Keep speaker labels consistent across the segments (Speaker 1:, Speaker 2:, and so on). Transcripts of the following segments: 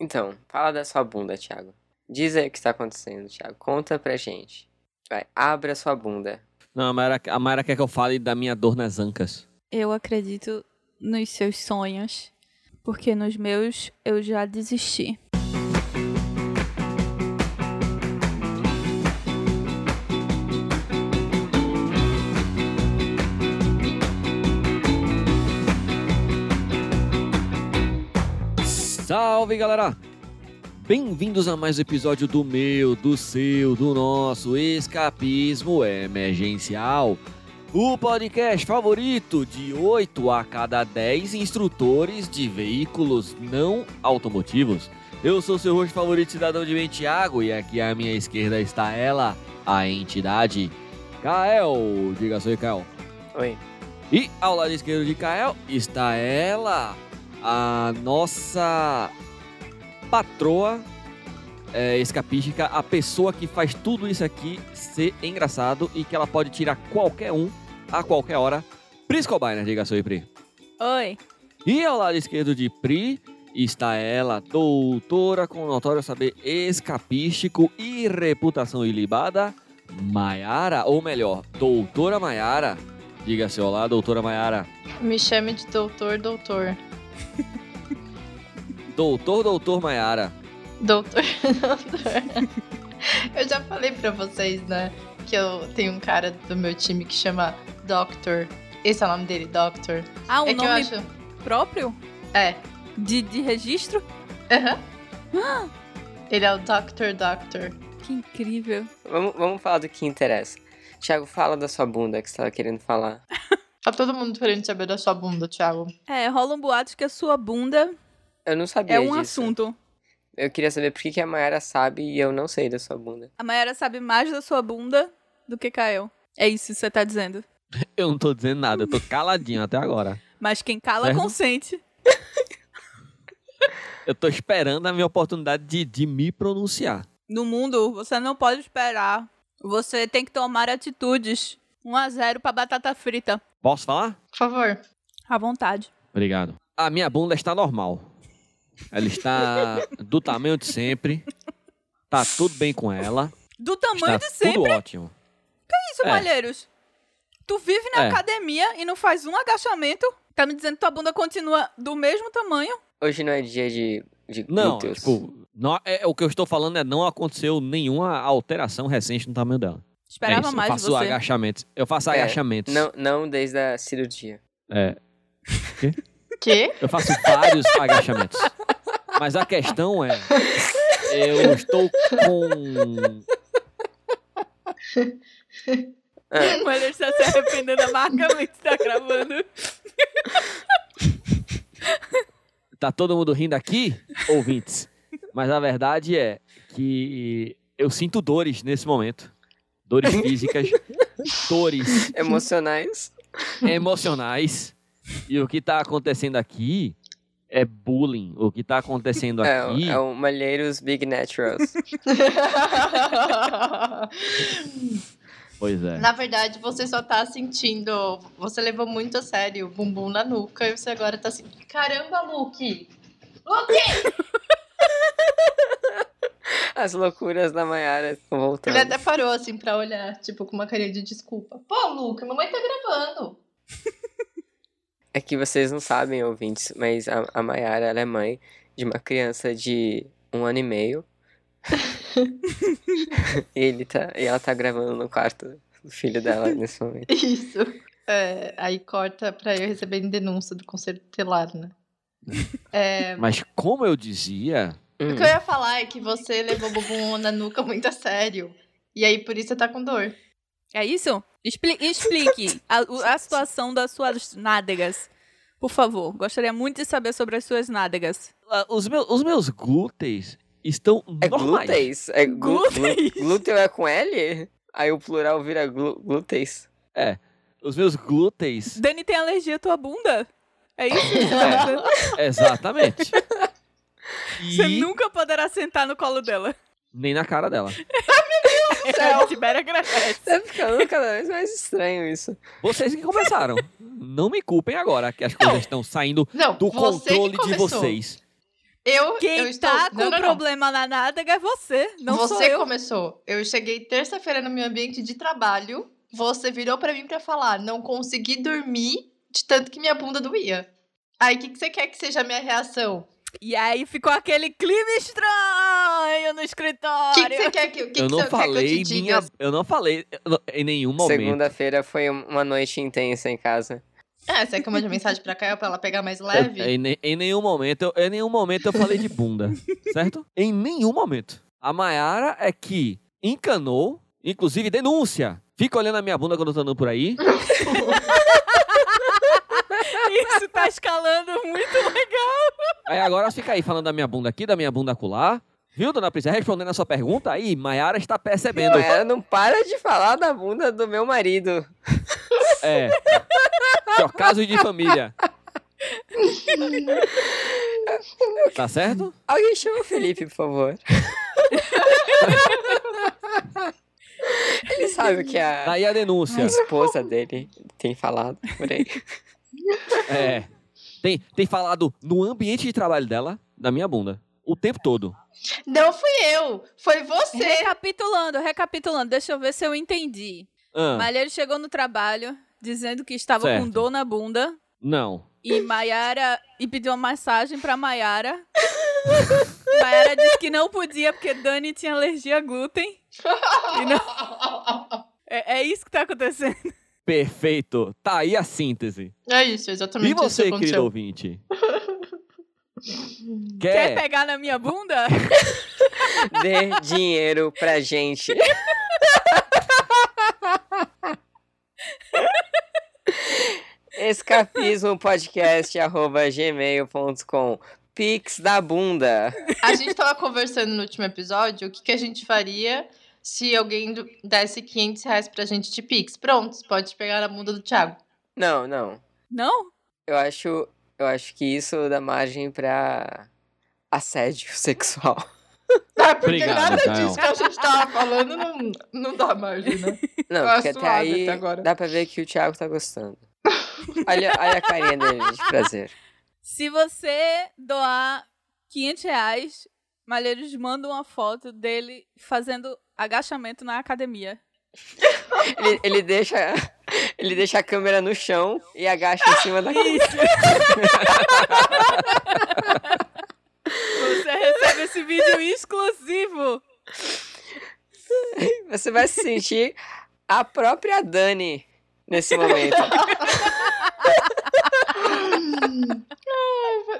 Speaker 1: Então, fala da sua bunda, Thiago. Diz aí o que está acontecendo, Thiago. Conta pra gente. Vai, abre a sua bunda.
Speaker 2: Não, a Mayra, a Mayra quer que eu fale da minha dor nas ancas.
Speaker 3: Eu acredito nos seus sonhos, porque nos meus eu já desisti.
Speaker 2: Salve, galera! Bem-vindos a mais um episódio do meu, do seu, do nosso Escapismo Emergencial. O podcast favorito de 8 a cada 10 instrutores de veículos não automotivos. Eu sou seu host favorito, cidadão de bem, Thiago, e aqui à minha esquerda está ela, a entidade, Kael. Diga só aí, Kael.
Speaker 1: Oi.
Speaker 2: E ao lado esquerdo de Kael está ela, a nossa patroa é, escapística, a pessoa que faz tudo isso aqui ser engraçado e que ela pode tirar qualquer um a qualquer hora. Pris Cobainer, diga seu Pri.
Speaker 3: Oi!
Speaker 2: E ao lado esquerdo de Pri está ela, doutora com notório saber escapístico e reputação ilibada, Maiara, ou melhor, doutora Maiara. Diga seu olá, doutora Maiara.
Speaker 4: Me chame de doutor, doutor.
Speaker 2: Doutor, doutor Maiara.
Speaker 4: Doutor, doutor. Eu já falei pra vocês, né? Que eu tenho um cara do meu time que chama Doctor. Esse é o nome dele, Doctor.
Speaker 3: Ah, um
Speaker 4: é que eu
Speaker 3: nome
Speaker 4: acho.
Speaker 3: próprio?
Speaker 4: É.
Speaker 3: De, de registro?
Speaker 4: Aham. Ele é o Doctor Doctor.
Speaker 3: Que incrível.
Speaker 1: Vamos, vamos falar do que interessa. Thiago, fala da sua bunda que você estava querendo falar.
Speaker 4: Tá todo mundo querendo saber da sua bunda, Thiago.
Speaker 3: É, rolam boatos que a sua bunda
Speaker 1: Eu não sabia
Speaker 3: é um
Speaker 1: disso.
Speaker 3: assunto.
Speaker 1: Eu queria saber por que que a Mayara sabe e eu não sei da sua bunda.
Speaker 3: A Mayara sabe mais da sua bunda do que Kael. É isso que você tá dizendo.
Speaker 2: Eu não tô dizendo nada, eu tô caladinho até agora.
Speaker 3: Mas quem cala,
Speaker 2: Certo.
Speaker 3: consente.
Speaker 2: Eu tô esperando a minha oportunidade de, de me pronunciar.
Speaker 3: No mundo, você não pode esperar. Você tem que tomar atitudes. 1 a 0 pra batata frita.
Speaker 2: Posso falar?
Speaker 4: Por favor.
Speaker 3: À vontade.
Speaker 2: Obrigado. A minha bunda está normal. Ela está do tamanho de sempre. Tá tudo bem com ela.
Speaker 3: Do tamanho
Speaker 2: Está
Speaker 3: de sempre,
Speaker 2: tudo ótimo.
Speaker 3: isso,
Speaker 2: é.
Speaker 3: Malheiros. Tu vive na
Speaker 2: É.
Speaker 3: academia e não faz um agachamento. Tá me dizendo que tua bunda continua do mesmo tamanho?
Speaker 1: Hoje não é dia de, de
Speaker 2: Não,
Speaker 1: glúteos.
Speaker 2: tipo, não- é, o que eu estou falando é não aconteceu nenhuma alteração recente no tamanho dela. é
Speaker 3: Esperava
Speaker 2: isso,
Speaker 3: mais
Speaker 2: eu
Speaker 3: de
Speaker 2: faço
Speaker 3: você.
Speaker 2: agachamentos. Eu faço
Speaker 1: É,
Speaker 2: agachamentos.
Speaker 1: Não, não desde a cirurgia.
Speaker 2: É,
Speaker 4: Que?
Speaker 2: eu faço vários agachamentos. Mas a questão é, eu estou com
Speaker 1: Ah,
Speaker 3: O Malheiros tá se arrependendo da marca muito tá gravando.
Speaker 2: tá todo mundo rindo aqui, ouvintes. Mas a verdade é que eu sinto dores nesse momento. Dores físicas, dores
Speaker 1: Emocionais.
Speaker 2: emocionais. E o que tá acontecendo aqui é bullying. O que tá acontecendo
Speaker 1: É,
Speaker 2: aqui
Speaker 1: é o Malheiros Big Naturals.
Speaker 2: Pois é.
Speaker 4: Na verdade, você só tá sentindo. Você levou muito a sério o bumbum na nuca e você agora tá sentindo. Caramba, Luke! Luke!
Speaker 1: As loucuras da Mayara estão voltando.
Speaker 3: Tá.
Speaker 4: Ele até parou assim pra olhar, tipo, com uma carinha de desculpa. Pô, Luke, mamãe tá gravando.
Speaker 1: É que vocês não sabem, ouvintes, mas a, a Mayara ela é mãe de uma criança de um ano e meio. e, ele tá, e ela tá gravando no quarto do filho dela nesse momento.
Speaker 4: Isso. É, aí corta pra eu receber denúncia do conselho tutelar, né? É,
Speaker 2: Mas como eu dizia,
Speaker 1: Hum,
Speaker 4: o que eu ia falar é que você levou o bumbum na nuca muito a sério. E aí, por isso, você tá com dor.
Speaker 3: É isso? Expli- explique a, o- a situação das suas nádegas. Por favor, gostaria muito de saber sobre as suas nádegas.
Speaker 2: ah, os meus, os meus glúteis estão
Speaker 1: é
Speaker 2: normais.
Speaker 1: glúteis? É glu- glu-
Speaker 3: Glúteis?
Speaker 1: glúteo é com L? Aí o plural vira glu- glúteis.
Speaker 2: Os meus glúteis,
Speaker 3: Dani tem alergia à tua bunda? É isso? que você tá
Speaker 2: É.
Speaker 3: dizendo?
Speaker 2: exatamente.
Speaker 3: Você
Speaker 2: E
Speaker 3: nunca poderá sentar no colo dela.
Speaker 2: nem na cara dela.
Speaker 3: É, Tibério agradece.
Speaker 1: Tá ficando cada vez mais estranho isso.
Speaker 2: Vocês que começaram. Não me culpem agora que as coisas estão saindo
Speaker 4: Não,
Speaker 2: do
Speaker 4: você que
Speaker 2: controle de
Speaker 4: começou.
Speaker 2: vocês.
Speaker 4: Eu,
Speaker 3: Quem
Speaker 4: eu estou...
Speaker 3: tá
Speaker 4: não,
Speaker 3: com
Speaker 4: não, não.
Speaker 3: problema na nádega é você, não sou
Speaker 4: você
Speaker 3: eu.
Speaker 4: começou. Eu cheguei terça-feira no meu ambiente de trabalho. Você virou pra mim pra falar, não consegui dormir de tanto que minha bunda doía. Aí, o que, que você quer que seja a minha reação?
Speaker 3: E aí ficou aquele clima estranho no
Speaker 4: O
Speaker 3: escritório.
Speaker 4: que, que você quer que, o que, que
Speaker 2: eu não
Speaker 4: você
Speaker 2: falei
Speaker 4: quer que eu te
Speaker 2: minha.
Speaker 4: diga?
Speaker 2: Eu não falei em nenhum momento.
Speaker 1: Segunda-feira foi uma noite intensa em casa.
Speaker 4: É, você quer que eu mande mensagem pra Caio pra ela pegar mais
Speaker 2: Eu-
Speaker 4: leve?
Speaker 2: Em, ne- em nenhum momento, eu, em nenhum momento eu falei de bunda, certo? Em nenhum momento. A Mayara é que encanou, inclusive denúncia. Fica olhando a minha bunda quando eu tô andando por aí.
Speaker 3: Isso tá escalando muito legal.
Speaker 2: Aí agora fica aí falando da minha bunda aqui, da minha bunda acolá. Viu, dona Priscila? Respondendo a sua pergunta aí, Mayara está percebendo.
Speaker 1: Mayara não para de falar da bunda do meu marido.
Speaker 2: É. Aqui, ó, casos de família. Tá certo?
Speaker 1: Alguém chama o Felipe, por favor. Ele sabe o que a
Speaker 2: Daí a denúncia.
Speaker 1: esposa dele tem falado por aí.
Speaker 2: É. Tem, tem falado no ambiente de trabalho dela, da minha bunda. O tempo todo.
Speaker 4: Não fui eu, foi você.
Speaker 3: Recapitulando, recapitulando, deixa eu ver se eu entendi.
Speaker 2: Ah,
Speaker 3: Malheiro chegou no trabalho dizendo que estava com
Speaker 2: Certo.
Speaker 3: dor na bunda
Speaker 2: Não.
Speaker 3: e Maiara e pediu uma massagem pra Maiara. Maiara disse que não podia porque Dani tinha alergia a glúten. E É, é isso que tá acontecendo.
Speaker 2: Perfeito. Tá aí a síntese.
Speaker 4: É isso, exatamente
Speaker 2: E
Speaker 4: isso que
Speaker 2: você, querido
Speaker 4: aconteceu.
Speaker 2: ouvinte?
Speaker 3: Quer
Speaker 2: Quer?
Speaker 3: pegar na minha bunda?
Speaker 1: Dê dinheiro pra gente. Escapismopodcast.gmail.com Pix da bunda.
Speaker 4: A gente tava conversando no último episódio o que, que a gente faria se alguém do- desse 500 reais pra gente de Pix. Pronto, pode pegar a bunda do Thiago.
Speaker 1: Não, não.
Speaker 3: Não?
Speaker 1: Eu acho, eu acho que isso dá margem pra assédio sexual.
Speaker 4: Ah, porque
Speaker 2: Obrigado,
Speaker 4: nada
Speaker 2: Caio.
Speaker 4: disso que a gente tava falando não, não dá margem, né?
Speaker 1: Não,
Speaker 4: Tá
Speaker 1: porque até
Speaker 4: suave
Speaker 1: aí
Speaker 4: até agora.
Speaker 1: dá pra ver que o Thiago tá gostando. Olha, olha a carinha dele de prazer.
Speaker 3: Se você doar 500 reais, Malheiros manda uma foto dele fazendo agachamento na academia.
Speaker 1: Ele, ele deixa, ele deixa a câmera no chão e agacha em cima da
Speaker 3: Você recebe esse vídeo exclusivo.
Speaker 1: Você vai se sentir a própria Dani nesse momento.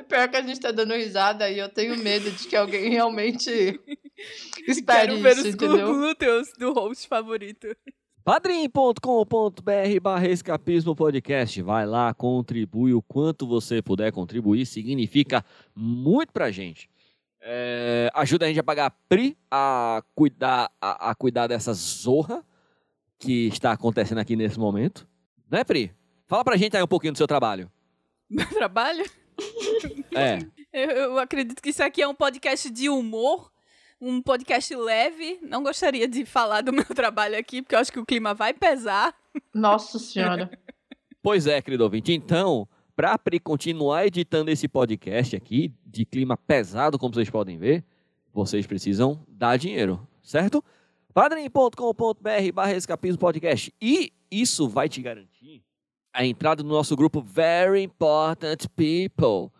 Speaker 4: Pior que a gente tá dando risada e eu tenho medo de que alguém realmente espere
Speaker 3: Quero ver
Speaker 4: isso,
Speaker 3: os
Speaker 4: Tá entendeu?
Speaker 3: glúteos do host favorito.
Speaker 2: padrim.com.br barra escapismo podcast. Vai lá, contribui o quanto você puder contribuir, significa muito pra gente. É, ajuda a gente a pagar a Pri, a cuidar, a, a cuidar dessa zorra que está acontecendo aqui nesse momento. Né, Pri? Fala pra gente aí um pouquinho do seu trabalho.
Speaker 3: Meu trabalho?
Speaker 2: É.
Speaker 3: Eu, eu acredito que isso aqui é um podcast de humor, um podcast leve. Não gostaria de falar do meu trabalho aqui, porque eu acho que o clima vai pesar.
Speaker 4: Nossa senhora.
Speaker 2: Pois é, querido ouvinte. Então, para Pri continuar editando esse podcast aqui, de clima pesado, como vocês podem ver, vocês precisam dar dinheiro, certo? padrim.com.br barra escapismo podcast. E isso vai te garantir a entrada no nosso grupo Very Important People.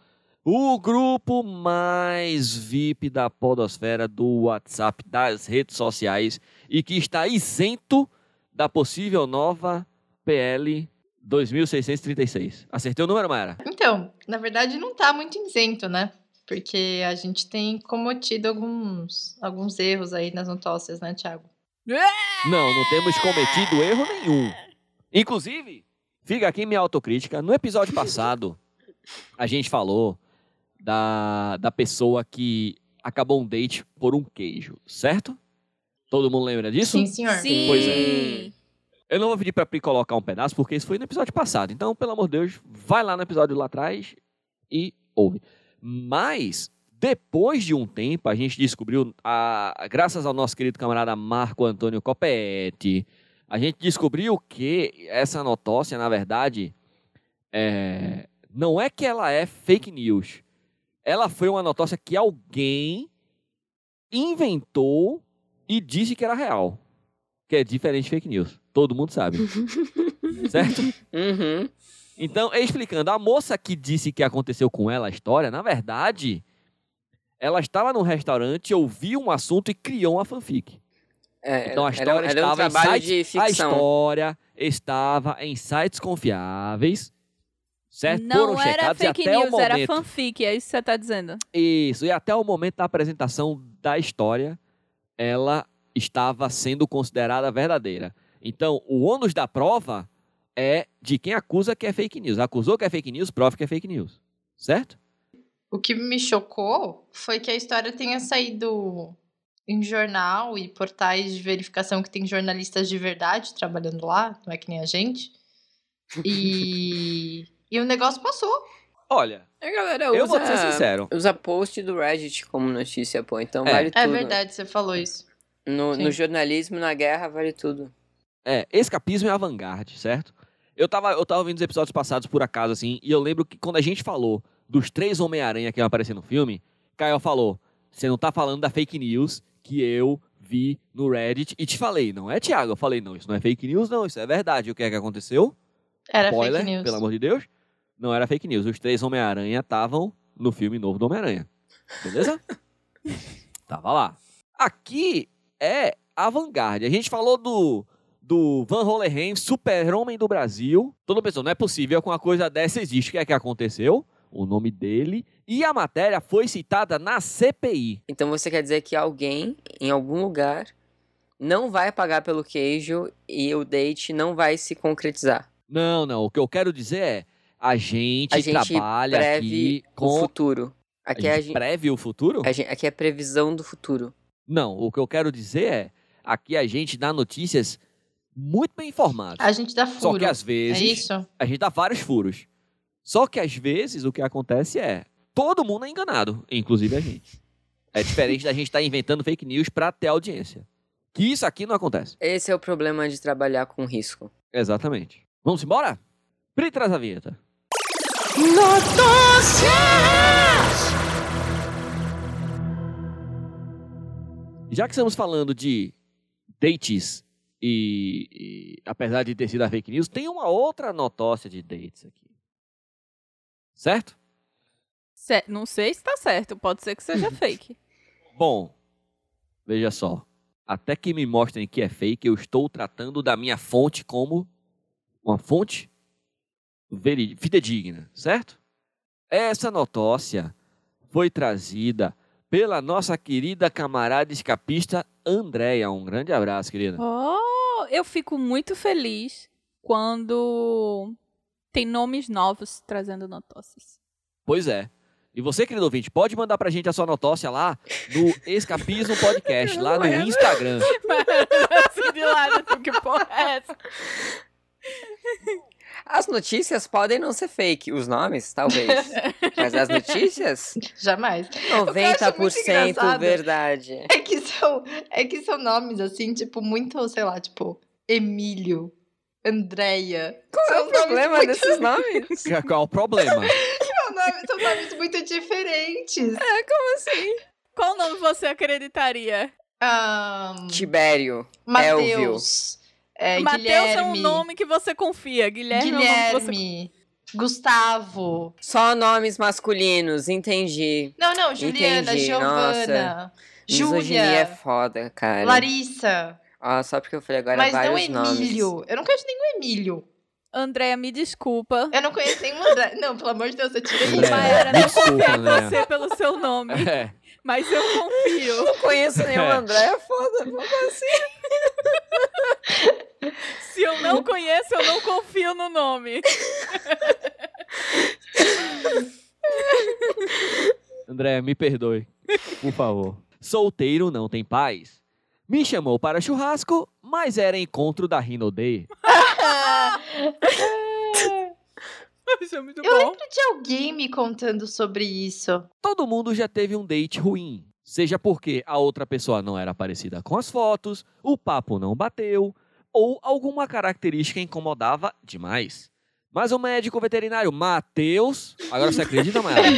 Speaker 2: O grupo mais VIP da podosfera do WhatsApp, das redes sociais e que está isento da possível nova PL 2636. Acertei o número, Mayara?
Speaker 4: Então, na verdade não tá muito isento, né? Porque a gente tem cometido alguns, alguns erros aí nas notócias, né, Thiago?
Speaker 2: Não, não temos cometido erro nenhum. Inclusive, fica aqui minha autocrítica. No episódio passado, a gente falou da, da pessoa que acabou um date por um queijo, certo? Todo mundo lembra disso?
Speaker 4: Sim, senhor.
Speaker 3: Sim.
Speaker 2: Pois é. Eu não vou pedir pra Pri colocar um pedaço, porque isso foi no episódio passado. Então, pelo amor de Deus, vai lá no episódio lá atrás e ouve. Mas, depois de um tempo, a gente descobriu, a- graças ao nosso querido camarada Marco Antônio Coppetti, a gente descobriu que essa notócia, na verdade, é, não é que ela é fake news. Ela foi uma notócia que alguém inventou e disse que era real. Que é diferente de fake news. Todo mundo sabe. certo?
Speaker 1: Uhum.
Speaker 2: Então, explicando, a moça que disse que aconteceu com ela a história, na verdade, ela estava num restaurante, ouviu um assunto e criou uma fanfic.
Speaker 1: É,
Speaker 2: Então a
Speaker 1: era-
Speaker 2: história
Speaker 1: era um
Speaker 2: estava
Speaker 1: trabalho
Speaker 2: em sites,
Speaker 1: de
Speaker 2: a
Speaker 1: ficção.
Speaker 2: história estava em sites confiáveis, certo?
Speaker 3: Não
Speaker 2: Né? Foram
Speaker 3: era
Speaker 2: checados e
Speaker 3: fake
Speaker 2: até o
Speaker 3: news,
Speaker 2: momento,
Speaker 3: era fanfic, é isso que você tá dizendo.
Speaker 2: Isso, e até o momento da apresentação da história, ela estava sendo considerada verdadeira. Então, o ônus da prova é de quem acusa que é fake news. Acusou que é fake news, prova que é fake news. Certo?
Speaker 4: O que me chocou foi que a história tenha saído em jornal e portais de verificação que tem jornalistas de verdade trabalhando lá, não é que nem a gente. E, e o negócio passou.
Speaker 2: Olha,
Speaker 1: A galera usa,
Speaker 2: eu vou te ser sincero.
Speaker 1: usa post do Reddit como notícia, pô. Então
Speaker 2: É.
Speaker 1: vale tudo.
Speaker 4: É verdade, você falou isso.
Speaker 1: No, no
Speaker 4: Sim.
Speaker 1: jornalismo, na guerra, vale tudo.
Speaker 2: É, escapismo é avant-garde, certo? Eu tava, eu tava vendo os episódios passados por acaso, assim, e eu lembro que quando a gente falou dos três Homem-Aranha que iam aparecer no filme, Caio falou: você não tá falando da fake news que eu vi no Reddit e te falei, não é, Thiago? Eu falei, não, isso não é fake news, não, isso é verdade. E o que é que aconteceu?
Speaker 4: Era
Speaker 2: Spoiler,
Speaker 4: fake news.
Speaker 2: pelo amor de Deus. Não era fake news. Os três Homem-Aranha estavam no filme novo do Homem-Aranha. Beleza? Tava lá. Aqui é a vanguarda. A gente falou do, do Van Hollerheim, super-homem do Brasil. Todo mundo pensou, não é possível que uma coisa dessa existe. O que é que aconteceu? O nome dele. E a matéria foi citada na CPI.
Speaker 1: Então você quer dizer que alguém, em algum lugar, não vai pagar pelo queijo e o date não vai se concretizar.
Speaker 2: Não, não. O que eu quero dizer é, a gente,
Speaker 1: A gente
Speaker 2: trabalha
Speaker 1: preve
Speaker 2: aqui
Speaker 1: O
Speaker 2: com...
Speaker 1: futuro. Aqui, é
Speaker 2: a
Speaker 1: a
Speaker 2: gente
Speaker 1: gen-
Speaker 2: preve o futuro?
Speaker 1: a gen- aqui é previsão do futuro.
Speaker 2: Não, o que eu quero dizer é, aqui a gente dá notícias muito bem informadas.
Speaker 4: A gente dá
Speaker 2: Só
Speaker 4: furo.
Speaker 2: que às
Speaker 4: É
Speaker 2: vezes,
Speaker 4: isso?
Speaker 2: a gente dá vários furos. Só que às vezes o que acontece é, todo mundo é enganado, inclusive a gente. É diferente da gente estar inventando fake news pra ter audiência. Que isso aqui não acontece.
Speaker 1: Esse é o problema de trabalhar com risco.
Speaker 2: Exatamente. Vamos embora? Pri, traz a vinheta. Já que estamos falando de dates e, e apesar de ter sido a fake news, tem uma outra notócia de dates aqui. Certo?
Speaker 3: Cé- Não sei se tá certo, pode ser que seja fake.
Speaker 2: Bom, veja só. Até que me mostrem que é fake, eu estou tratando da minha fonte como uma fonte veri- fidedigna, certo? Essa notócia foi trazida pela nossa querida camarada escapista Andréia. Um grande abraço, querida.
Speaker 3: Oh, eu fico muito feliz quando tem nomes novos trazendo notócias.
Speaker 2: Pois é. E você, querido ouvinte, pode mandar pra gente a sua notócia lá no Escapismo Podcast, lá
Speaker 3: é,
Speaker 2: no Instagram.
Speaker 3: Assim de lado, assim, que porra é essa?
Speaker 1: As notícias podem não ser fake. Os nomes, talvez. Mas as notícias,
Speaker 4: Jamais. muito
Speaker 1: 90%
Speaker 4: engraçado.
Speaker 1: verdade.
Speaker 4: É que, são, é que são nomes, assim, tipo, muito, sei lá, tipo, Emílio, Andréia.
Speaker 1: Qual é o
Speaker 4: São nomes
Speaker 1: problema
Speaker 4: muito-
Speaker 1: desses nomes?
Speaker 2: Qual o problema?
Speaker 4: São nomes, são nomes muito diferentes.
Speaker 3: Qual nome você acreditaria?
Speaker 4: Ahn,
Speaker 1: Tibério.
Speaker 4: Mateus. É,
Speaker 3: Mateus
Speaker 4: Guilherme.
Speaker 3: é um nome que você confia. Guilherme, é um nome que você
Speaker 4: Guilherme. Gustavo.
Speaker 1: Só nomes masculinos, entendi.
Speaker 4: Não, não, Juliana,
Speaker 1: Entendi,
Speaker 4: Giovana,
Speaker 1: Misoginia é
Speaker 4: Júlia,
Speaker 1: foda, cara.
Speaker 4: Larissa.
Speaker 1: Ó, só porque eu falei agora
Speaker 4: Mas não é
Speaker 1: vários nomes.
Speaker 4: Emílio. Eu não conheço nenhum Emílio.
Speaker 3: Andréia, me desculpa.
Speaker 4: Eu não conheço nenhum André. Não, pelo amor de Deus, eu tirei
Speaker 2: André.
Speaker 4: isso.
Speaker 3: Mayara, não
Speaker 2: Desculpa,
Speaker 3: confio em
Speaker 4: É.
Speaker 2: Andréia.
Speaker 3: você pelo seu nome,
Speaker 2: É.
Speaker 3: mas eu confio.
Speaker 1: Não conheço nenhum
Speaker 2: É.
Speaker 1: André, é foda. pô.
Speaker 3: Se eu não conheço, eu não confio no nome.
Speaker 2: André, me perdoe, por favor. Solteiro não tem paz. Me chamou para churrasco, mas era encontro da Rino Day.
Speaker 3: Isso é muito
Speaker 4: Eu
Speaker 3: bom.
Speaker 4: lembro de alguém me contando sobre isso.
Speaker 2: Todo mundo já teve um date ruim. Seja porque a outra pessoa não era parecida com as fotos, o papo não bateu, ou alguma característica incomodava demais. Mas o médico veterinário Matheus. Agora você acredita, Mayara?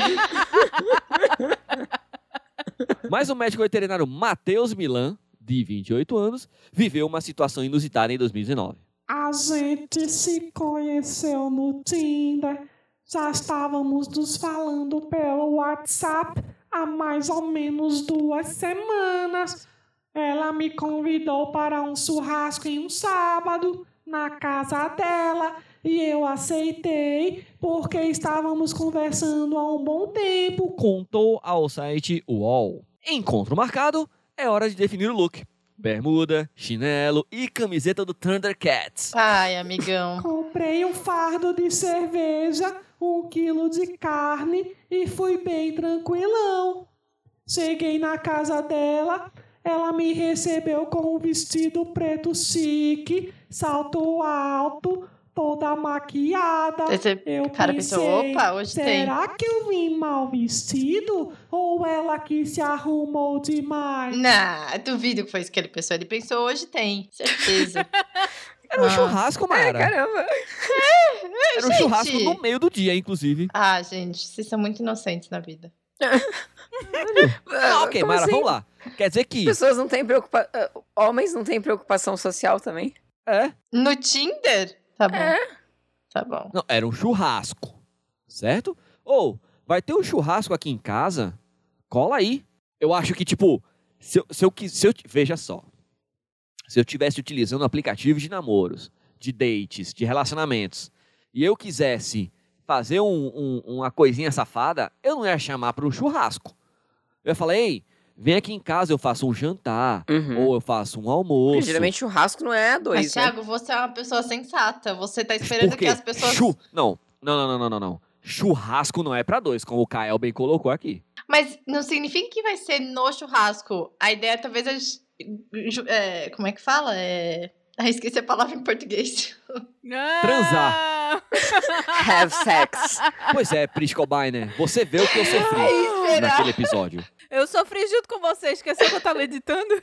Speaker 2: Mas o médico veterinário Matheus Milan, de 28 anos, viveu uma situação inusitada em 2019.
Speaker 5: A gente se conheceu no Tinder. Já estávamos nos falando pelo WhatsApp há mais ou menos duas semanas. Ela me convidou para um churrasco em um sábado na casa dela e eu aceitei porque estávamos conversando há um bom tempo.
Speaker 2: Tipo, Contou ao site UOL. Encontro marcado, é hora de definir o look. Bermuda, chinelo e camiseta do Thundercats.
Speaker 4: Ai, amigão.
Speaker 5: Comprei um fardo de cerveja, um quilo de carne e fui bem tranquilão. Cheguei na casa dela, ela me recebeu com um vestido preto chique, salto alto, toda maquiada.
Speaker 4: Esse
Speaker 5: Eu
Speaker 4: cara
Speaker 5: pensei,
Speaker 4: pensou, opa, hoje tem.
Speaker 5: será que eu vim mal vestido ou ela que se arrumou demais?
Speaker 4: Nah, duvido que foi isso que ele pensou. Ele pensou, hoje tem. Certeza.
Speaker 2: Era um
Speaker 4: Ah.
Speaker 2: churrasco, Mayara.
Speaker 1: Caramba.
Speaker 2: Era um churrasco
Speaker 4: gente.
Speaker 2: no meio do dia, inclusive.
Speaker 4: ah, gente, vocês são muito inocentes na vida.
Speaker 2: Ah, ok,
Speaker 1: Como
Speaker 2: Mayara,
Speaker 1: assim?
Speaker 2: vamos lá. Quer dizer que.
Speaker 1: Pessoas não têm preocupação. Homens não têm preocupação social também?
Speaker 2: É.
Speaker 4: No Tinder? Tá bom.
Speaker 1: É.
Speaker 4: Tá bom.
Speaker 2: Não, era um churrasco. Certo? Ou, vai ter um churrasco aqui em casa? Cola aí. Eu acho que, tipo, se eu, se eu, quis- se eu ti- veja só. Se eu tivesse utilizando aplicativos de namoros, de dates, de relacionamentos, e eu quisesse fazer um- um- uma coisinha safada, eu não ia chamar para um churrasco. Eu ia falar, ei, vem aqui em casa, eu faço um jantar,
Speaker 1: Uhum.
Speaker 2: ou eu faço um almoço.
Speaker 1: Geralmente churrasco não é
Speaker 4: Mas,
Speaker 1: dois, né?
Speaker 4: Thiago, você é uma pessoa sensata. Você tá esperando
Speaker 2: Porque
Speaker 4: que as pessoas.
Speaker 2: chu- Não, não, não, não, não, não. Churrasco não é pra dois, como o Kael bem colocou aqui.
Speaker 4: Mas não significa que vai ser no churrasco. A ideia talvez é. ju- é, como é que fala? É. Ah, esqueci a palavra em português.
Speaker 3: Não.
Speaker 2: Transar.
Speaker 1: Have sex.
Speaker 2: Pois é, Pris Cobainer, você vê o que eu sofri
Speaker 4: É Esperar.
Speaker 2: naquele episódio.
Speaker 3: Eu sofri junto com você, esqueceu que eu tava editando?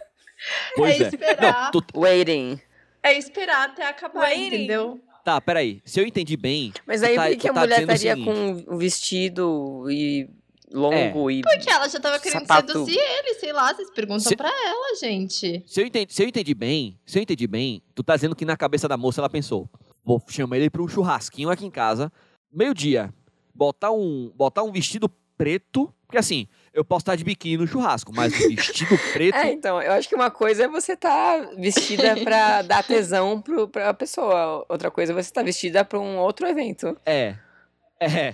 Speaker 2: Pois é.
Speaker 4: é
Speaker 2: Não,
Speaker 4: esperar.
Speaker 2: tu-
Speaker 1: Waiting.
Speaker 4: É esperar até acabar,
Speaker 3: Waiting.
Speaker 4: entendeu?
Speaker 2: tá, peraí. Se eu entendi bem,
Speaker 1: Mas
Speaker 2: Tu
Speaker 1: aí
Speaker 2: tá-
Speaker 1: por que
Speaker 2: tu
Speaker 1: que a
Speaker 2: tá
Speaker 1: mulher
Speaker 2: dizendo o
Speaker 1: estaria
Speaker 2: seguinte. É.
Speaker 1: com um vestido e longo e.
Speaker 4: Porque ela já tava querendo
Speaker 1: Sapato.
Speaker 4: seduzir ele, sei lá. Vocês perguntam
Speaker 2: Se-
Speaker 4: pra ela, gente.
Speaker 2: se eu entendi, se eu entendi bem, se eu entendi bem, tu tá dizendo que na cabeça da moça ela pensou: vou chamar ele pra um churrasquinho aqui em casa, meio-dia, botar um, botar um vestido preto, porque assim, eu posso estar de biquíni no churrasco, mas um vestido preto
Speaker 1: É, então, eu acho que uma coisa é você tá vestida pra dar tesão pro, pra pessoa. Outra coisa é você tá vestida pra um outro evento.
Speaker 2: É. É.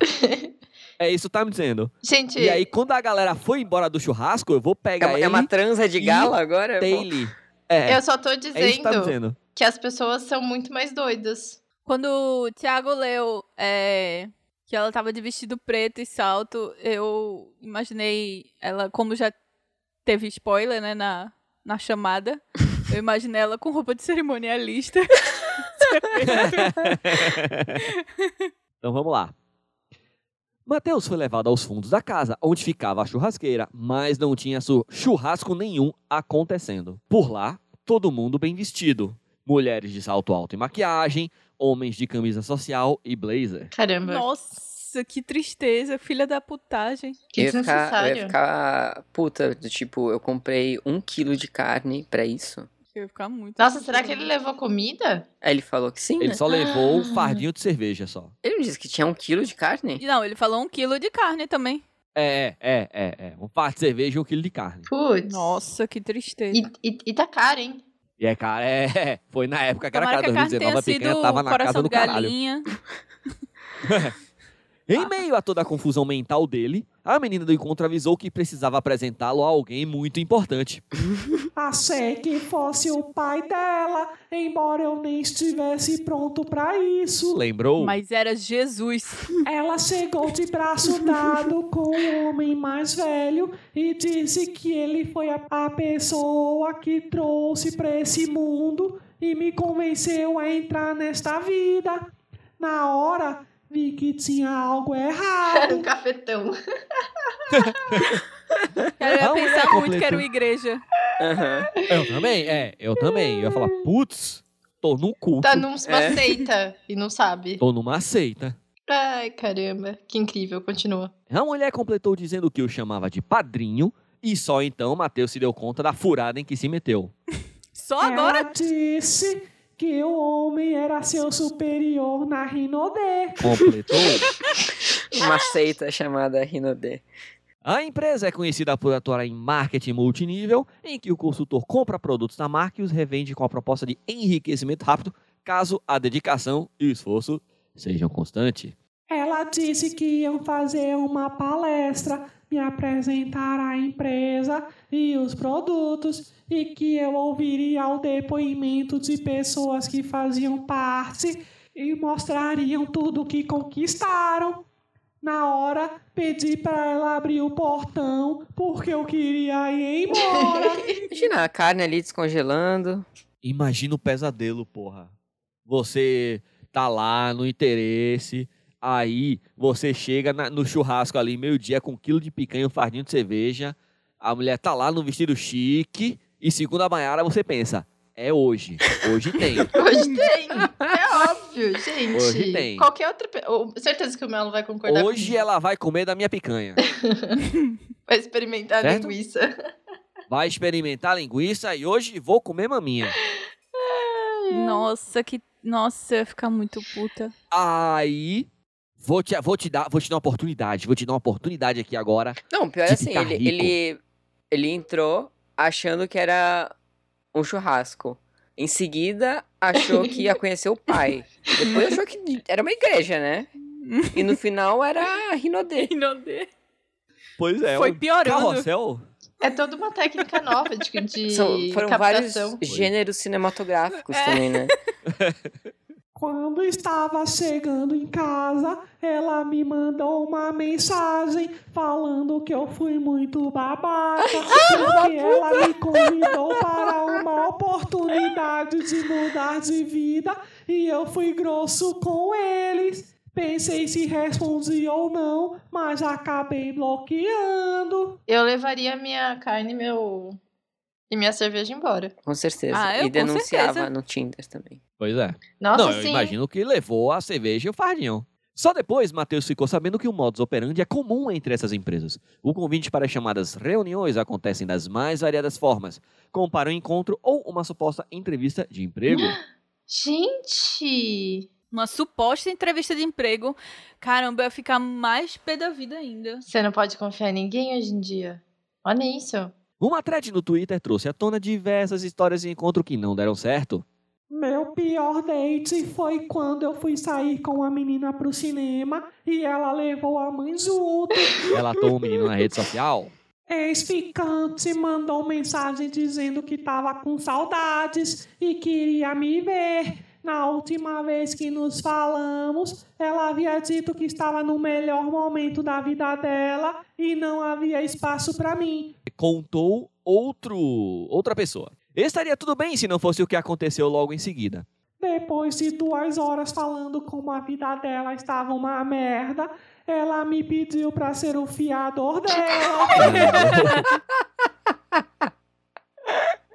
Speaker 2: É isso que tá me dizendo.
Speaker 4: Gente,
Speaker 2: E aí, quando a galera foi embora do churrasco, eu vou
Speaker 1: É,
Speaker 2: pegar
Speaker 1: uma-
Speaker 2: ele
Speaker 1: é uma transa de
Speaker 2: e
Speaker 1: gala agora? Bom,
Speaker 2: daily. É.
Speaker 4: eu só tô
Speaker 2: É isso que tá me
Speaker 4: dizendo
Speaker 2: dizendo.
Speaker 4: que as pessoas são muito mais doidas.
Speaker 3: Quando o Thiago leu é, que ela tava de vestido preto e salto, eu imaginei ela, como já teve spoiler, né, na, na chamada, eu imaginei ela com roupa de cerimonialista.
Speaker 2: então vamos lá. Matheus foi levado aos fundos da casa, onde ficava a churrasqueira, mas não tinha su- churrasco nenhum acontecendo. Por lá, todo mundo bem vestido. Mulheres de salto alto e maquiagem, homens de camisa social e blazer.
Speaker 4: Caramba,
Speaker 3: Nossa, que tristeza, filha da putagem.
Speaker 1: eu
Speaker 4: que
Speaker 1: ia ficar, eu
Speaker 4: desnecessário.
Speaker 1: ia ficar puta, do tipo, eu comprei um quilo de carne pra isso.
Speaker 3: Eu ia ficar muito.
Speaker 4: Nossa, será que ele levou comida?
Speaker 1: Aí ele falou que sim,
Speaker 2: Ele
Speaker 1: né?
Speaker 2: só levou um
Speaker 4: Ah.
Speaker 2: fardinho de cerveja só.
Speaker 1: Ele não disse que tinha um quilo de carne?
Speaker 3: Não, ele falou um quilo de carne também.
Speaker 2: É, é, é, é. Um par de cerveja e um quilo de carne.
Speaker 4: Putz.
Speaker 3: Nossa, que tristeza.
Speaker 4: E, e, e tá caro, hein?
Speaker 2: E é, cara, é, é. Foi na época que era
Speaker 3: Tomara
Speaker 2: cara,
Speaker 3: que a carne
Speaker 2: 2019, a
Speaker 3: tenha
Speaker 2: picanha
Speaker 3: sido
Speaker 2: tava na casa
Speaker 3: coração
Speaker 2: do
Speaker 3: de
Speaker 2: caralho.
Speaker 3: galinha.
Speaker 2: Em meio a toda a confusão mental dele, a menina do encontro avisou que precisava apresentá-lo a alguém muito importante.
Speaker 5: Achei que fosse o pai dela, embora eu nem estivesse pronto para isso.
Speaker 2: Lembrou?
Speaker 3: Mas era Jesus.
Speaker 5: Ela chegou de braço dado com o homem mais velho e disse que ele foi a, a pessoa que trouxe para esse mundo e me convenceu a entrar nesta vida. Na hora, vi que tinha algo errado.
Speaker 4: Um cafetão.
Speaker 3: Cara, eu ia
Speaker 2: Não, ele é
Speaker 3: pensar muito
Speaker 2: completo.
Speaker 3: que era uma igreja.
Speaker 1: Aham.
Speaker 2: Eu também, é, eu também. Eu ia falar, putz, Tô num culto.
Speaker 4: Tá numa
Speaker 1: É.
Speaker 4: seita e não sabe.
Speaker 2: Tô numa seita.
Speaker 4: Ai, caramba. Que incrível. Continua.
Speaker 2: A mulher completou dizendo que o chamava de padrinho e só então Mateus se deu conta da furada em que se meteu.
Speaker 3: Só
Speaker 5: É.
Speaker 3: agora?
Speaker 5: Ela disse que o homem era seu superior na Rinodê.
Speaker 2: Completou?
Speaker 1: Uma seita chamada Rinodê.
Speaker 2: a empresa é conhecida por atuar em marketing multinível, em que o consultor compra produtos da marca e os revende com a proposta de enriquecimento rápido, caso a dedicação e o esforço sejam constantes.
Speaker 5: Ela disse que iam fazer uma palestra, me apresentar a empresa e os produtos, e que eu ouviria o depoimento de pessoas que faziam parte e mostrariam tudo o que conquistaram. Na hora, pedi para ela abrir o portão, porque eu queria ir embora.
Speaker 1: Imagina a carne ali descongelando.
Speaker 2: Imagina o pesadelo, porra. Você tá lá no interesse, aí você chega na- no churrasco ali, meio-dia, com um quilo de picanha, um fardinho de cerveja. A mulher tá lá no vestido chique, e segundo a Maiara, você pensa: é hoje, hoje tem.
Speaker 4: Hoje tem. É óbvio, gente.
Speaker 2: Hoje tem.
Speaker 4: Qualquer outra... pe- ou- Certeza que o Melo vai concordar
Speaker 2: Hoje
Speaker 4: comigo.
Speaker 2: ela vai comer da minha picanha.
Speaker 4: Vai experimentar a
Speaker 2: Certo?
Speaker 4: linguiça.
Speaker 2: Vai experimentar linguiça e hoje vou comer maminha.
Speaker 3: Nossa, que. Nossa, eu ia ficar muito puta.
Speaker 2: Aí. Vou te, vou, te dar, vou te dar uma oportunidade, vou te dar uma oportunidade aqui agora.
Speaker 1: Não, pior
Speaker 2: De
Speaker 1: assim,
Speaker 2: ficar
Speaker 1: ele,
Speaker 2: rico.
Speaker 1: ele, ele entrou achando que era um churrasco. Em seguida, achou que ia conhecer o pai. Depois achou que era uma igreja, né? E no final era a Rinodê.
Speaker 3: Inodê.
Speaker 2: Pois é,
Speaker 3: Foi piorando.
Speaker 2: carrossel.
Speaker 4: É toda uma técnica nova de, de
Speaker 1: São- foram vários
Speaker 4: captação.
Speaker 1: gêneros cinematográficos
Speaker 3: É.
Speaker 1: também, né?
Speaker 5: Quando estava chegando em casa, ela me mandou uma mensagem falando que eu fui muito babaca, porque ela me convidou para uma oportunidade de mudar de vida e eu fui grosso com eles. Pensei se respondi ou não, mas acabei bloqueando.
Speaker 4: Eu levaria minha carne e meu... E minha cerveja embora.
Speaker 1: Com certeza.
Speaker 3: Ah,
Speaker 1: e
Speaker 3: eu- com
Speaker 1: denunciava
Speaker 3: certeza.
Speaker 1: no Tinder também.
Speaker 2: Pois é.
Speaker 4: Nossa,
Speaker 2: não,
Speaker 4: sim.
Speaker 2: eu imagino que levou a cerveja e o fardinho. Só depois, Matheus ficou sabendo que o modus operandi é comum entre essas empresas. O convite para as chamadas reuniões acontecem das mais variadas formas, como para um encontro ou uma suposta entrevista de emprego.
Speaker 4: Gente!
Speaker 3: Uma suposta entrevista de emprego. Caramba, eu ia ficar mais pé da vida ainda.
Speaker 4: Você não pode confiar em ninguém hoje em dia. Olha isso.
Speaker 2: Uma thread no Twitter trouxe à tona diversas histórias de encontro que não deram certo.
Speaker 5: Meu pior date foi quando eu fui sair com a menina pro cinema e ela levou a mãe junto.
Speaker 2: Relatou um menino na rede social.
Speaker 5: Ex-ficante mandou mensagem dizendo que estava com saudades e queria me ver. Na última vez que nos falamos, ela havia dito que estava no melhor momento da vida dela e não havia espaço para mim.
Speaker 2: contou outro outra pessoa. Estaria tudo bem se não fosse o que aconteceu logo em seguida.
Speaker 5: Depois de duas horas falando como a vida dela estava uma merda, ela me pediu para ser o fiador dela.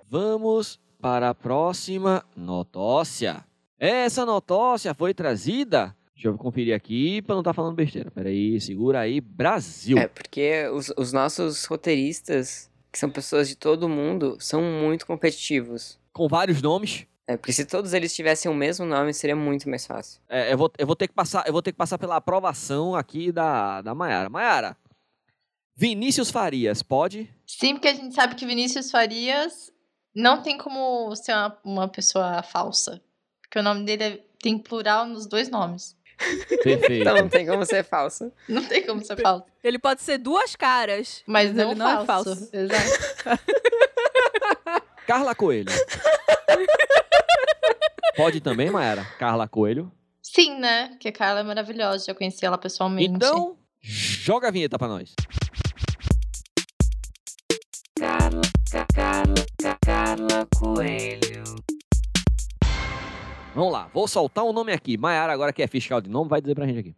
Speaker 2: Vamos para a próxima notócia. Essa notócia foi trazida. Deixa eu conferir aqui para não estar falando besteira. Peraí, segura aí, Brasil.
Speaker 1: É, porque os, os nossos roteiristas, que são pessoas de todo mundo, são muito competitivos.
Speaker 2: Com vários nomes.
Speaker 1: É, porque se todos eles tivessem o mesmo nome, seria muito mais fácil.
Speaker 2: É, eu, vou, eu vou ter que passar, eu vou ter que passar pela aprovação aqui da da Maiara. Maiara. Vinícius Farias, pode?
Speaker 4: Sim, porque a gente sabe que Vinícius Farias não tem como ser uma, uma pessoa falsa. Porque o nome dele é- tem plural nos dois nomes.
Speaker 2: Perfeito.
Speaker 1: Então não tem como ser falso.
Speaker 4: Não tem como ser falso.
Speaker 3: Ele pode ser duas caras.
Speaker 4: Mas não,
Speaker 3: ele não
Speaker 4: falso.
Speaker 3: é falso.
Speaker 4: Exato.
Speaker 2: Carla Coelho. Pode também, Maera? Carla Coelho.
Speaker 4: Sim, né? Porque a Carla é maravilhosa, já conheci ela pessoalmente.
Speaker 2: Então, joga a vinheta pra nós. Vamos lá, vou soltar um nome aqui. Maiara, agora que é fiscal de nome, vai dizer pra gente aqui.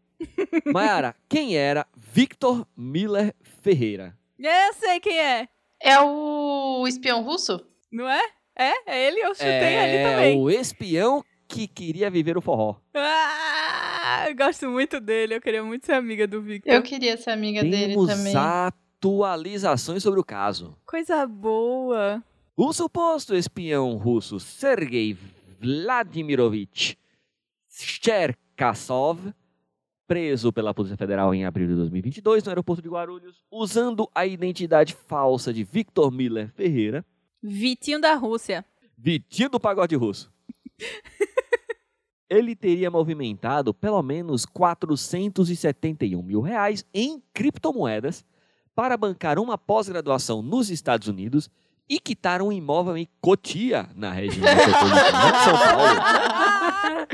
Speaker 2: Maiara, quem era Victor Miller Ferreira?
Speaker 3: Eu sei quem é,
Speaker 4: É o espião russo?
Speaker 3: não é? É, é ele, eu chutei ali
Speaker 2: é
Speaker 3: também.
Speaker 2: o espião que queria viver o forró.
Speaker 3: Ah, eu gosto muito dele, eu queria muito ser amiga do Victor.
Speaker 4: Eu queria ser amiga dele
Speaker 2: Temos
Speaker 4: também.
Speaker 2: atualizações sobre o caso.
Speaker 3: Coisa boa.
Speaker 2: O suposto espião russo Sergei Vladimirovich Cherkasov, preso pela Polícia Federal em abril de 2022 no aeroporto de Guarulhos, usando a identidade falsa de Victor Miller Ferreira,
Speaker 3: Vitinho da Rússia.
Speaker 2: Vitinho do pagode russo. Ele teria movimentado pelo menos 471 mil reais em criptomoedas para bancar uma pós-graduação nos Estados Unidos e quitar um imóvel em Cotia, na região metropolitana de São Paulo.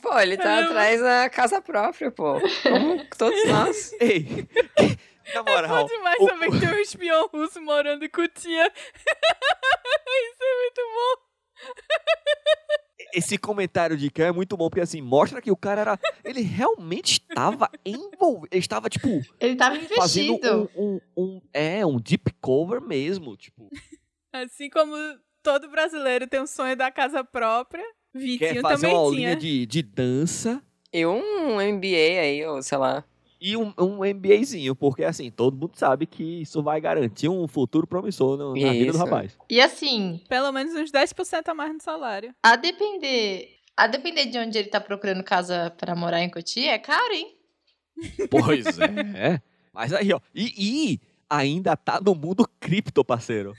Speaker 1: Pô, ele tá atrás da casa própria, pô. Como todos nós.
Speaker 2: Ei, na
Speaker 3: Bom
Speaker 2: moral,
Speaker 3: demais
Speaker 2: o-
Speaker 3: saber que tem um espião russo morando em Cutia. Isso é muito bom.
Speaker 2: esse comentário de Cam é muito bom, porque assim, mostra que o cara era... Ele realmente estava envolvido, ele estava tipo...
Speaker 4: Ele tava
Speaker 2: fazendo
Speaker 4: investido.
Speaker 2: um, um- um- é um deep cover mesmo tipo
Speaker 3: Assim como todo brasileiro tem um sonho da casa própria,
Speaker 2: quer
Speaker 3: Vitinho
Speaker 2: fazer
Speaker 3: também
Speaker 2: uma
Speaker 3: tinha.
Speaker 2: aulinha de, de dança
Speaker 1: E um MBA aí, ou sei lá.
Speaker 2: e um, um MBAzinho porque assim todo mundo sabe que isso vai garantir um futuro promissor no- na vida do
Speaker 1: Isso.
Speaker 2: rapaz
Speaker 4: E assim,
Speaker 3: Pelo menos uns 10% a mais no salário.
Speaker 4: a depender. A depender de onde ele tá procurando casa pra morar em Cotia, é caro, hein?
Speaker 2: pois é mas aí ó e, e ainda tá no mundo cripto parceiro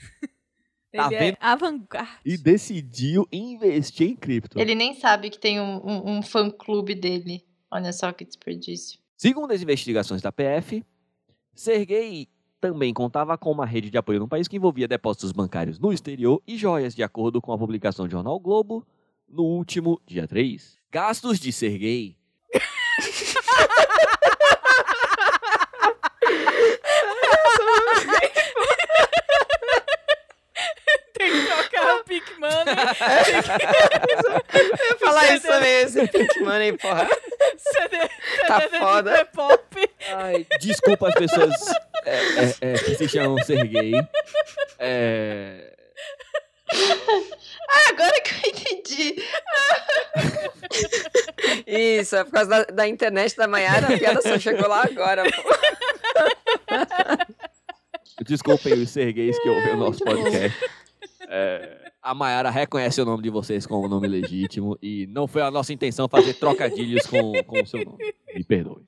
Speaker 2: Tá
Speaker 3: Ele é
Speaker 2: vendo?
Speaker 3: avant-garde.
Speaker 2: e decidiu investir em cripto
Speaker 4: Ele nem sabe que tem um, um, um fã-clube dele. Olha só que desperdício.
Speaker 2: Segundo as investigações da PF, Sergei também contava com uma rede de apoio no país que envolvia depósitos bancários no exterior e joias, de acordo com a publicação do jornal Globo no último dia 3. Gastos de Sergei.
Speaker 3: Tem que tocar o Pink Money.
Speaker 1: Eu ia falar isso também, esse Pink Money, porra.
Speaker 3: CD,
Speaker 1: Tá
Speaker 3: CD
Speaker 1: foda.
Speaker 3: de pop.
Speaker 2: Ai, desculpa as pessoas é, é, é, que se chamam Sergei. É,
Speaker 4: Ah, agora que eu entendi.
Speaker 1: Isso, é por causa da, da internet da Maiara, a piada só chegou lá agora, pô.
Speaker 2: desculpem os Sergeis que ouvem o nosso
Speaker 4: muito bom.
Speaker 2: podcast. É, a Mayara reconhece o nome de vocês como nome legítimo e não foi a nossa intenção fazer trocadilhos com, com o seu nome. Me perdoe.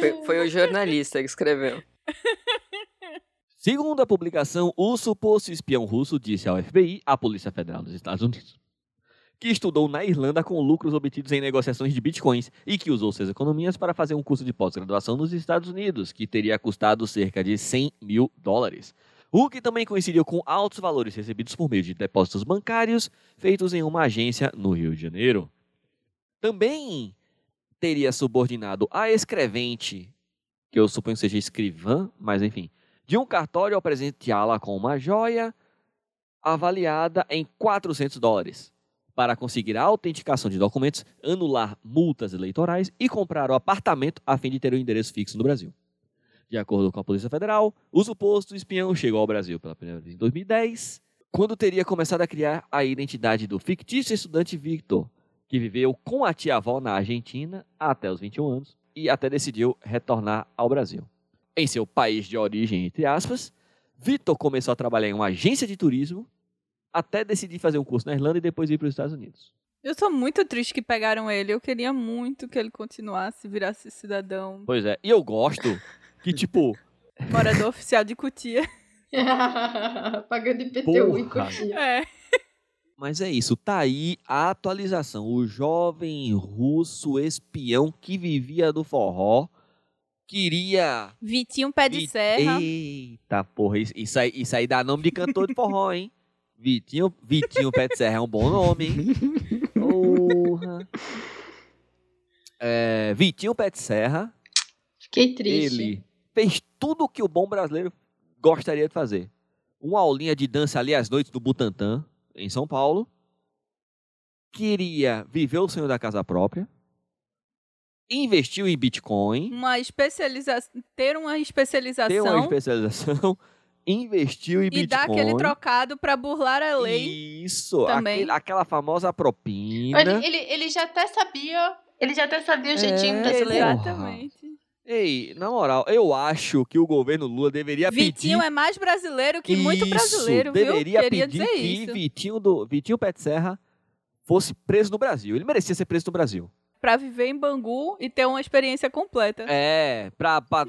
Speaker 1: Foi, foi o jornalista que escreveu.
Speaker 2: Segundo a publicação, o suposto espião russo disse ao FBI, a Polícia Federal dos Estados Unidos, que estudou na Irlanda com lucros obtidos em negociações de bitcoins e que usou suas economias para fazer um curso de pós-graduação nos Estados Unidos, que teria custado cerca de 100 mil dólares. O que também coincidiu com altos valores recebidos por meio de depósitos bancários feitos em uma agência no Rio de Janeiro. Também teria subordinado a escrevente, que eu suponho seja escrivã, mas enfim, de um cartório ao presenteá-la com uma joia avaliada em 400 dólares. Para conseguir a autenticação de documentos, anular multas eleitorais e comprar o apartamento a fim de ter um endereço fixo no Brasil. De acordo com a Polícia Federal, o suposto espião chegou ao Brasil pela primeira vez em 2010, quando teria começado a criar a identidade do fictício estudante Victor, que viveu com a tia-avó na Argentina até os 21 anos e até decidiu retornar ao Brasil em seu país de origem, entre aspas, Vitor começou a trabalhar em uma agência de turismo até decidir fazer um curso na Irlanda e depois ir para os Estados Unidos.
Speaker 3: Eu sou muito triste que pegaram ele. Eu queria muito que ele continuasse, virasse cidadão,
Speaker 2: Pois é, e eu gosto que, tipo,
Speaker 3: morador oficial de Cutia.
Speaker 4: Pagando IPTU em
Speaker 2: Porra.
Speaker 4: Cotia.
Speaker 3: É.
Speaker 2: mas é isso, tá aí a atualização. O jovem russo espião que vivia do forró queria.
Speaker 3: Vitinho um Pé de
Speaker 2: Vi-
Speaker 3: Serra.
Speaker 2: Eita porra, isso, isso, aí, isso aí dá nome de cantor de forró, hein? Vitinho, Vitinho Pé de Serra é um bom nome, hein? Porra. É, Vitinho Pé de Serra,
Speaker 4: Fiquei triste.
Speaker 2: ele fez tudo o que o bom brasileiro gostaria de fazer. Uma aulinha de dança ali às noites do Butantã, em São Paulo. Queria viver o sonho da casa própria. Investiu em Bitcoin.
Speaker 3: Uma especialização. Ter uma especialição.
Speaker 2: Ter uma especialização. investiu em
Speaker 3: E
Speaker 2: Bitcoin.
Speaker 3: dá aquele trocado pra burlar a lei.
Speaker 2: Isso,
Speaker 3: também.
Speaker 2: aquele- aquela famosa propina.
Speaker 4: Ele, ele, ele já até sabia. Ele já até sabia o jeitinho
Speaker 2: É,
Speaker 4: brasileiro.
Speaker 2: porra.
Speaker 3: Exatamente.
Speaker 2: Ei, na moral, eu acho que o governo Lula deveria
Speaker 3: Vitinho
Speaker 2: pedir...
Speaker 3: é mais brasileiro que muito
Speaker 2: Isso,
Speaker 3: brasileiro, viu?
Speaker 2: deveria
Speaker 3: Queria
Speaker 2: pedir
Speaker 3: dizer
Speaker 2: que
Speaker 3: isso.
Speaker 2: Vitinho, do, Vitinho Pet Serra fosse preso no Brasil. Ele merecia ser preso no Brasil.
Speaker 3: Pra viver em Bangu e ter uma experiência completa.
Speaker 2: É, pra. pra-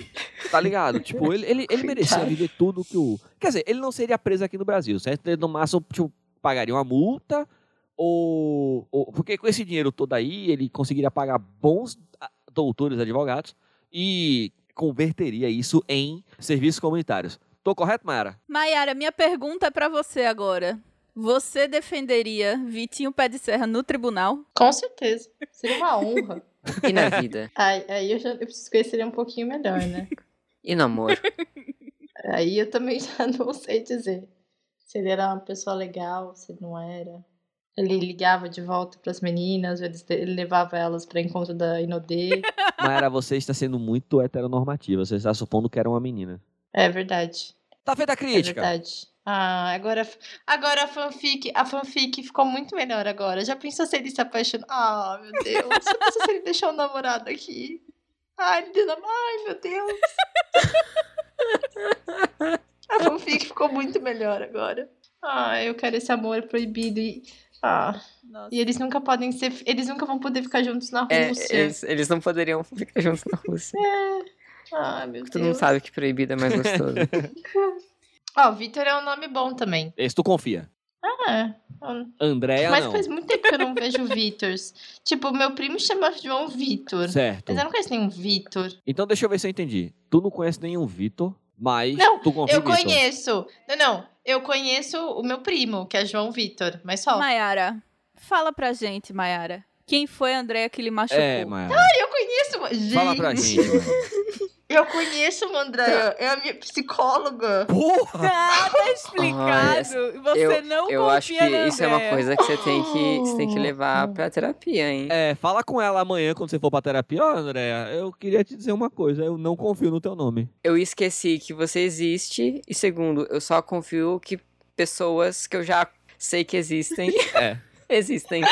Speaker 2: tá ligado? tipo, ele, ele, ele merecia
Speaker 4: Coitado.
Speaker 2: viver tudo que o. Quer dizer, ele não seria preso aqui no Brasil, certo? Ele no máximo, tipo, pagaria uma multa. Ou, ou- Porque com esse dinheiro todo aí, ele conseguiria pagar bons a- doutores advogados e converteria isso em serviços comunitários. Tô correto, Mayara?
Speaker 3: Maiara, minha pergunta é pra você agora. Você defenderia Vitinho Pé de Serra no tribunal?
Speaker 4: Com certeza. Seria uma honra.
Speaker 1: E na vida?
Speaker 4: Aí, aí eu já eu preciso conhecer ele um pouquinho melhor, né?
Speaker 1: E no amor?
Speaker 4: Aí eu também já não sei dizer se ele era uma pessoa legal, se não era. Ele ligava de volta pras meninas, ele, ele levava elas pra encontro da Inodê.
Speaker 2: Mayara, você está sendo muito heteronormativa. Você está supondo que era uma menina.
Speaker 4: É verdade.
Speaker 2: Tá feita a
Speaker 4: É
Speaker 2: crítica.
Speaker 4: verdade. Ah, agora, agora a fanfic, a fanfic ficou muito melhor agora. Já pensou se ele se apaixonou? Ah, meu Deus. Já pensou se ele deixou o namorado aqui? Ai, ele deu nam- Ai, meu Deus. A fanfic ficou muito melhor agora. Ah, eu quero esse amor proibido e ah,
Speaker 3: Nossa.
Speaker 4: e eles nunca podem ser, eles nunca vão poder ficar juntos na
Speaker 1: É,
Speaker 4: Rússia.
Speaker 1: eles, eles não poderiam ficar juntos na Rússia.
Speaker 4: Ai, Ah, meu
Speaker 1: Todo mundo
Speaker 4: Deus.
Speaker 1: sabe que proibido é mais gostoso.
Speaker 4: Ó, Vitor é um nome bom também.
Speaker 2: Esse tu confia.
Speaker 4: Ah, é um
Speaker 2: Andréia,
Speaker 4: Mas
Speaker 2: não.
Speaker 4: faz muito tempo que eu não vejo Vitors. Tipo, meu primo chama João Vitor.
Speaker 2: Certo.
Speaker 4: Mas eu não conheço nenhum Vitor.
Speaker 2: Então deixa eu ver se eu entendi. Tu não conhece nenhum Vitor, mas
Speaker 4: Não,
Speaker 2: tu confia
Speaker 4: Eu
Speaker 2: em Vitor.
Speaker 4: conheço. Não, não. Eu conheço o meu primo, que é João Vitor. Mas só.
Speaker 3: Maiara, fala pra gente, Maiara. Quem foi a Andréia que lhe machucou?
Speaker 2: É, mas
Speaker 4: Eu conheço. Gente,
Speaker 2: fala pra gente. mano.
Speaker 4: Eu conheço uma Andréia. É a minha psicóloga.
Speaker 2: Porra!
Speaker 3: Ah, tá explicado. Você
Speaker 1: eu-
Speaker 3: não
Speaker 1: Eu
Speaker 3: confia
Speaker 1: acho que
Speaker 3: na
Speaker 1: isso é uma
Speaker 3: Andréia.
Speaker 1: coisa que você tem que, você tem
Speaker 4: Oh.
Speaker 1: que levar pra terapia, hein?
Speaker 2: É, fala com ela amanhã quando você for pra terapia. Ó, Andréia, eu queria te dizer uma coisa. Eu não confio no teu nome.
Speaker 1: Eu esqueci que você existe. E segundo, eu só confio que pessoas que eu já sei que existem.
Speaker 2: É.
Speaker 1: Existem.
Speaker 4: É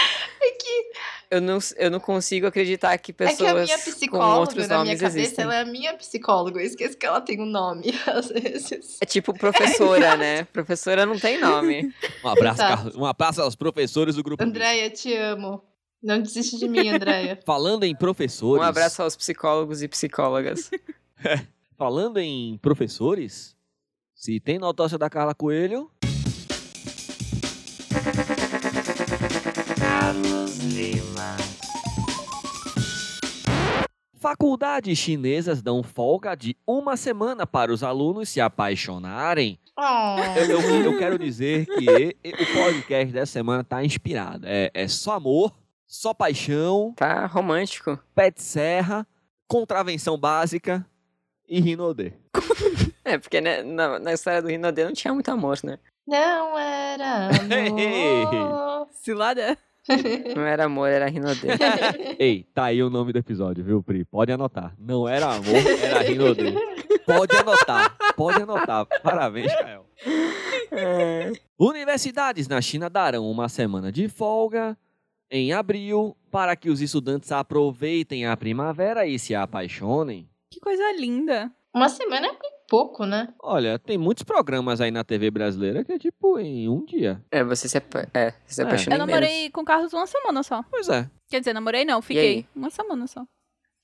Speaker 4: que,
Speaker 1: Eu não, eu não consigo acreditar que
Speaker 4: é que a
Speaker 1: pessoas
Speaker 4: minha
Speaker 1: com
Speaker 4: psicóloga,
Speaker 1: outros
Speaker 4: na minha
Speaker 1: nomes
Speaker 4: cabeça,
Speaker 1: existem.
Speaker 4: ela é a minha psicóloga. Eu esqueço que ela tem um nome, às vezes.
Speaker 1: É tipo professora, né? Professora não tem nome.
Speaker 2: Um abraço,
Speaker 4: Tá.
Speaker 2: Carlos. Um abraço aos professores do grupo. André...
Speaker 4: Andréia, te amo. Não desiste de mim, Andréia.
Speaker 2: Falando em
Speaker 1: Um
Speaker 2: professores.
Speaker 1: abraço aos psicólogos e psicólogas.
Speaker 2: Falando em professores, se tem notócia da Carla Coelho. Faculdades chinesas dão folga de uma semana para os alunos se apaixonarem.
Speaker 4: Oh.
Speaker 2: Eu, eu- eu quero dizer que e- e- o podcast dessa semana tá inspirado. É, é só amor, só paixão,
Speaker 1: Tá romântico.
Speaker 2: pé de serra, contravenção básica e rinodê.
Speaker 1: É, porque né, na, na história do Rinodê não tinha muito amor, né?
Speaker 4: Não era amor.
Speaker 3: Cilada?
Speaker 4: É.
Speaker 1: Não era amor, era Rinodê.
Speaker 2: Ei, tá aí o nome do episódio, viu, Pri? Pode anotar. Não era amor, era Rinodê. Pode anotar, pode anotar. Parabéns, Kael.
Speaker 1: É.
Speaker 2: Universidades na China darão uma semana de folga em abril para que os estudantes aproveitem a primavera e se apaixonem.
Speaker 3: Que coisa linda.
Speaker 4: Uma semana é bem pouco, né?
Speaker 2: Olha, tem muitos programas aí na TV brasileira que é tipo em um dia.
Speaker 1: É, você se, apa é, você se
Speaker 2: É.
Speaker 1: apaixona
Speaker 3: Eu
Speaker 1: em
Speaker 3: namorei com o Carlos uma semana só.
Speaker 2: Pois é.
Speaker 3: Quer dizer, namorei não,
Speaker 1: E
Speaker 3: fiquei
Speaker 1: aí?
Speaker 3: uma semana só.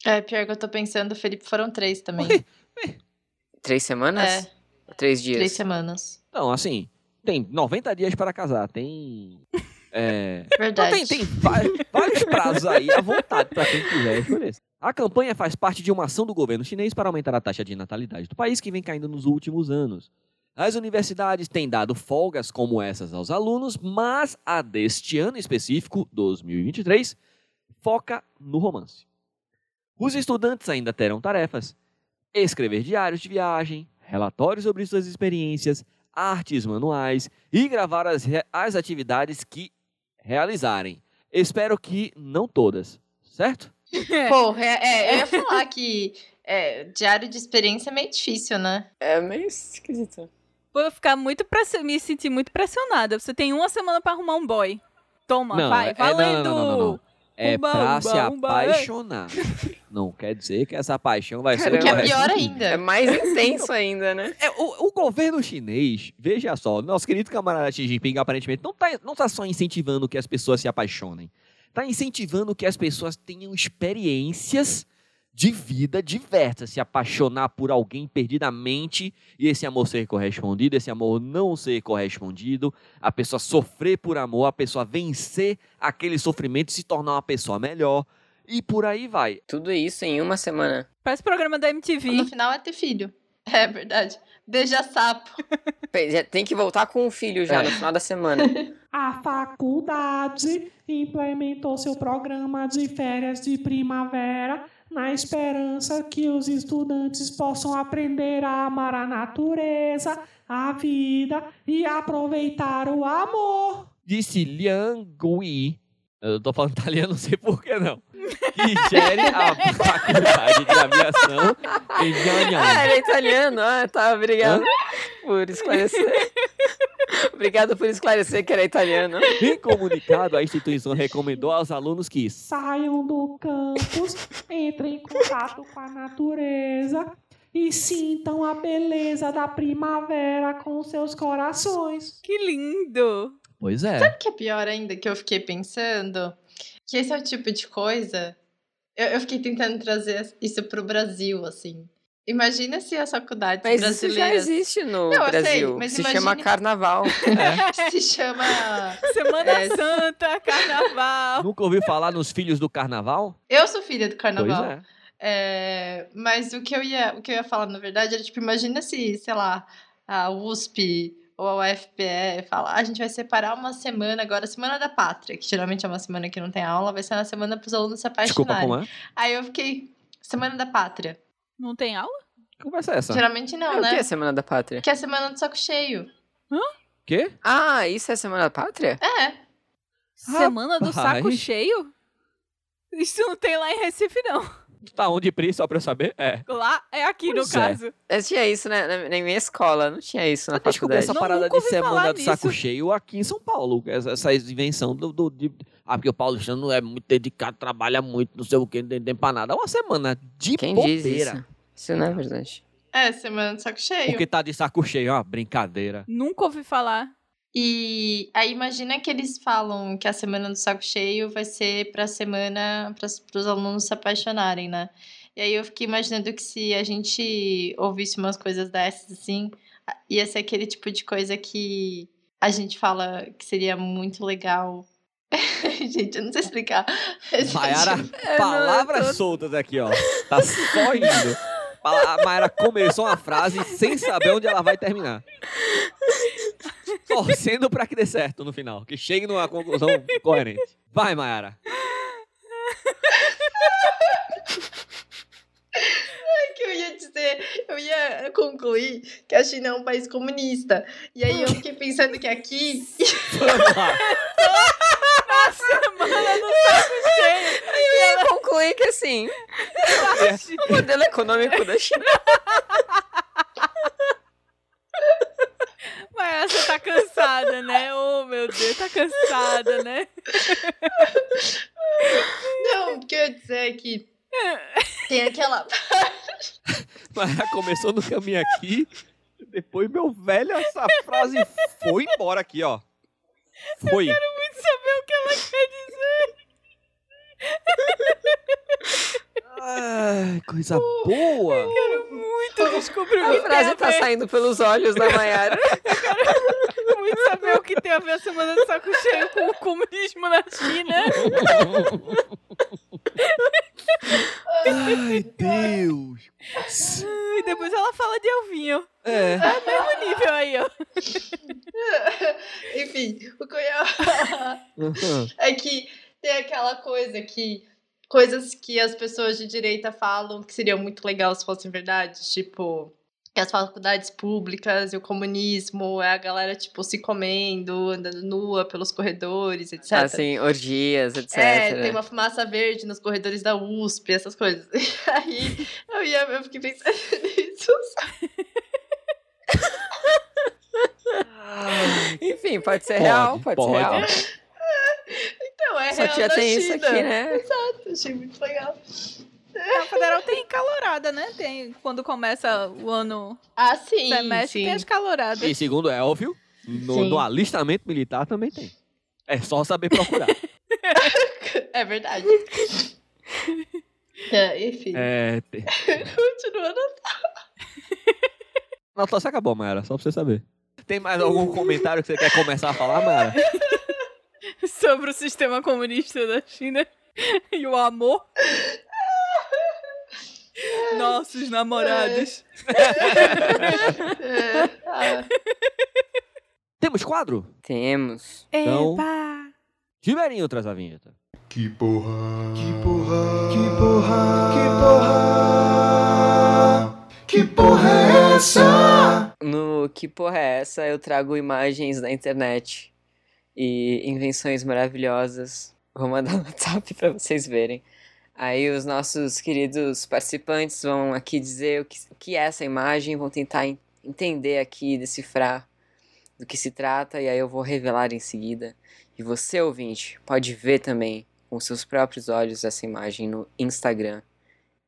Speaker 4: É, pior que eu tô pensando, Felipe, foram três também.
Speaker 1: menos. Três semanas?
Speaker 4: É,
Speaker 1: Três dias.
Speaker 4: três semanas.
Speaker 2: Não, assim, tem 90 dias para casar, tem. É. Então
Speaker 4: Verdade.
Speaker 2: tem, tem va- vários prazos aí à vontade pra quem quiser escolher. A campanha faz parte de uma ação do governo chinês para aumentar a taxa de natalidade do país que vem caindo nos últimos anos. As universidades têm dado folgas como essas aos alunos, mas a deste ano específico, 2023, foca no romance. Os estudantes ainda terão tarefas: escrever diários de viagem, relatórios sobre suas experiências, artes manuais e gravar as, re- as atividades que realizarem. Espero que não todas, certo?
Speaker 4: Porra, é, é, eu ia falar que é, diário de experiência é meio difícil, né?
Speaker 1: É meio esquisito.
Speaker 3: Pô, eu ficar muito press- me sentir muito pressionada. Você tem uma semana pra arrumar um boy. Toma,
Speaker 2: Não,
Speaker 3: vai,
Speaker 2: é- é- não,
Speaker 3: valendo! Um
Speaker 2: não, não, não, não. É
Speaker 3: Umba,
Speaker 2: pra
Speaker 3: umba,
Speaker 2: se
Speaker 3: umba,
Speaker 2: apaixonar. Não quer dizer que essa paixão vai ser
Speaker 1: Caramba.
Speaker 2: o
Speaker 4: Que é
Speaker 2: resto
Speaker 4: pior
Speaker 2: da
Speaker 1: É
Speaker 4: ainda.
Speaker 1: mais intenso ainda, né?
Speaker 2: É, o, o governo chinês, veja só, nosso querido camarada Xi Jinping aparentemente não está não tá só incentivando que as pessoas se apaixonem, está incentivando que as pessoas tenham experiências de vida diversas, se apaixonar por alguém perdidamente e esse amor ser correspondido, esse amor não ser correspondido, a pessoa sofrer por amor, a pessoa vencer aquele sofrimento, se tornar uma pessoa melhor e por aí vai.
Speaker 1: Tudo isso em uma semana.
Speaker 3: Parece programa da MTV.
Speaker 4: No final é ter filho. É verdade. Beija sapo.
Speaker 1: Pe- já Tem que voltar com o filho já
Speaker 2: É.
Speaker 1: no final da semana.
Speaker 5: A faculdade implementou seu programa de férias de primavera na esperança que os estudantes possam aprender a amar a natureza, a vida e aproveitar o amor.
Speaker 2: disse Liangui. Eu tô falando italiano, não sei porquê, não. Que gere a faculdade de aviação em
Speaker 1: Ah,
Speaker 4: É.
Speaker 2: Yanyan.
Speaker 1: era italiano. Ah, tá. Obrigado por esclarecer. Obrigado por esclarecer que era italiano.
Speaker 2: Em comunicado, a instituição recomendou aos alunos que
Speaker 5: Saiam do campus, entrem em contato com a natureza e sintam a beleza da primavera com seus corações.
Speaker 3: Que lindo!
Speaker 2: Pois é.
Speaker 4: Sabe o que é pior ainda que eu fiquei pensando? Que esse é o tipo de coisa. Eu, eu fiquei tentando trazer isso pro Brasil, assim. Imagina se as faculdades
Speaker 1: Mas isso já
Speaker 4: brasileiras
Speaker 1: existe no
Speaker 4: Não, eu sei,
Speaker 1: Brasil.
Speaker 4: mas
Speaker 1: Se chama
Speaker 4: imagine-
Speaker 1: carnaval.
Speaker 4: se chama.
Speaker 3: Semana
Speaker 4: É.
Speaker 3: Santa, carnaval.
Speaker 2: Nunca ouviu falar nos filhos do carnaval?
Speaker 4: Eu sou filha do
Speaker 2: Pois
Speaker 4: carnaval.
Speaker 2: é.
Speaker 4: É, mas o que eu ia, o que eu ia falar, na verdade, era tipo, imagina se, sei lá, a USP ou a UFPE falar, "Ah, a gente vai separar uma semana agora, Semana da Pátria, que geralmente é uma semana que não tem aula, vai ser na semana para os alunos se
Speaker 2: Desculpa,
Speaker 4: apaixonarem.
Speaker 2: como é?
Speaker 4: Aí eu fiquei, Semana da Pátria.
Speaker 3: Não tem aula?
Speaker 2: Que conversa é essa?
Speaker 4: Geralmente não,
Speaker 1: é o
Speaker 4: né?
Speaker 1: que é Semana da Pátria?
Speaker 4: Que é a semana do saco cheio.
Speaker 2: Quê?
Speaker 1: Ah, isso é Semana da Pátria?
Speaker 4: É.
Speaker 3: Semana do saco
Speaker 2: Rapaz.
Speaker 3: cheio? Isso não tem lá em Recife, não.
Speaker 2: Tu tá onde, Pri, só pra eu saber? É.
Speaker 3: Lá é aqui, no
Speaker 2: Pois é.
Speaker 3: caso.
Speaker 1: Eu tinha isso né? na, na- na minha escola, não tinha isso na
Speaker 2: Eu descobri
Speaker 1: faculdade.
Speaker 2: essa
Speaker 3: Não,
Speaker 2: parada
Speaker 3: nunca
Speaker 2: de
Speaker 3: ouvi falar
Speaker 2: semana do saco
Speaker 3: nisso.
Speaker 2: cheio aqui em São Paulo. Essa, essa invenção do. do- de- Ah, porque o paulistano é muito dedicado, trabalha muito, não sei o quê, não tem tempo pra nada. É uma semana de
Speaker 1: Quem
Speaker 2: bobeira.
Speaker 1: diz isso? Isso não é verdade.
Speaker 4: É, semana do saco cheio.
Speaker 2: Porque tá de saco cheio, ó, brincadeira.
Speaker 3: Nunca ouvi falar.
Speaker 4: E aí imagina que eles falam que a semana do saco cheio vai ser pra semana para os alunos se apaixonarem, né? E aí eu fiquei imaginando que se a gente ouvisse umas coisas dessas assim, a- ia ser aquele tipo de coisa que a gente fala que seria muito legal. gente, eu não sei explicar. é,
Speaker 2: Maiara, palavras soltas aqui, ó. Tá só indo. Pa- A Maiara começou uma frase sem saber onde ela vai terminar. Torcendo pra que dê certo no final. Que chegue numa conclusão coerente. Vai, Maiara.
Speaker 4: que eu ia dizer, eu ia concluir que a China é um país comunista. E aí eu fiquei pensando que aqui
Speaker 2: Vamos lá.
Speaker 3: A semana do saco cheio.
Speaker 1: Eu ia concluir que assim, É. o modelo econômico da China.
Speaker 3: Mas você tá cansada, né? Oh, meu Deus, tá cansada, né?
Speaker 4: Não, o que eu ia dizer é que tem aquela.
Speaker 2: Maiara começou no caminho aqui. Depois, meu velho, essa frase foi embora aqui, ó. Foi.
Speaker 3: Muito saber o que ela quer dizer.
Speaker 2: Ai, coisa boa.
Speaker 3: Muito descobrir o
Speaker 1: A
Speaker 3: que
Speaker 1: frase
Speaker 3: tem a
Speaker 1: tá
Speaker 3: ver.
Speaker 1: saindo pelos olhos da Maiara.
Speaker 3: Muito saber o que tem a ver a semana do saco cheio com o comunismo na China.
Speaker 2: Ai, Deus.
Speaker 3: E depois ela fala de Elvinho.
Speaker 2: É.
Speaker 3: Mesmo nível aí, ó.
Speaker 4: Enfim, o que eu ia falar é que tem aquela coisa que. Coisas que as pessoas de direita falam que seriam muito legal se fossem verdade, tipo. Que as faculdades públicas e o comunismo é a galera, tipo, se comendo, andando nua pelos corredores, etc.
Speaker 1: Assim, orgias, etc.
Speaker 4: É, tem uma fumaça verde nos corredores da USP, essas coisas. E aí eu, ia, eu fiquei pensando nisso.
Speaker 1: assim, pode ser
Speaker 2: Pode,
Speaker 1: real, pode,
Speaker 2: pode.
Speaker 1: ser real.
Speaker 4: Então, é
Speaker 1: Só
Speaker 4: real
Speaker 1: que já
Speaker 4: da
Speaker 1: tem isso
Speaker 4: China.
Speaker 1: aqui, né?
Speaker 4: Achei muito legal.
Speaker 3: É, A federal tem calorada, né? Tem quando começa o ano
Speaker 4: Ah, sim.
Speaker 3: semestre,
Speaker 4: sim.
Speaker 3: tem as caloradas.
Speaker 2: E segundo Elvio, no,
Speaker 4: Sim.
Speaker 2: no alistamento militar também tem. É só saber procurar.
Speaker 4: É verdade. Tá, enfim.
Speaker 2: é, tem...
Speaker 4: Continuando.
Speaker 2: Não, só se acabou, Mayara, só pra você saber. Tem mais algum comentário que você quer começar a falar, Mayara?
Speaker 3: sobre o sistema comunista da China e o amor. Nossos namorados.
Speaker 4: É, ah,
Speaker 2: Temos quadro?
Speaker 1: Temos.
Speaker 2: Então- Ribeirinho traz a vinheta.
Speaker 6: Que porra! Que porra!
Speaker 7: Que porra, que porra, que porra é essa?
Speaker 1: No Que Porra é Essa? Eu trago imagens da internet e invenções maravilhosas. Vou mandar no WhatsApp pra vocês verem. Aí os nossos queridos participantes vão aqui dizer o que, o que é essa imagem, vão tentar en- entender aqui, decifrar do que se trata, e aí eu vou revelar em seguida. E você, ouvinte, pode ver também com seus próprios olhos essa imagem no Instagram,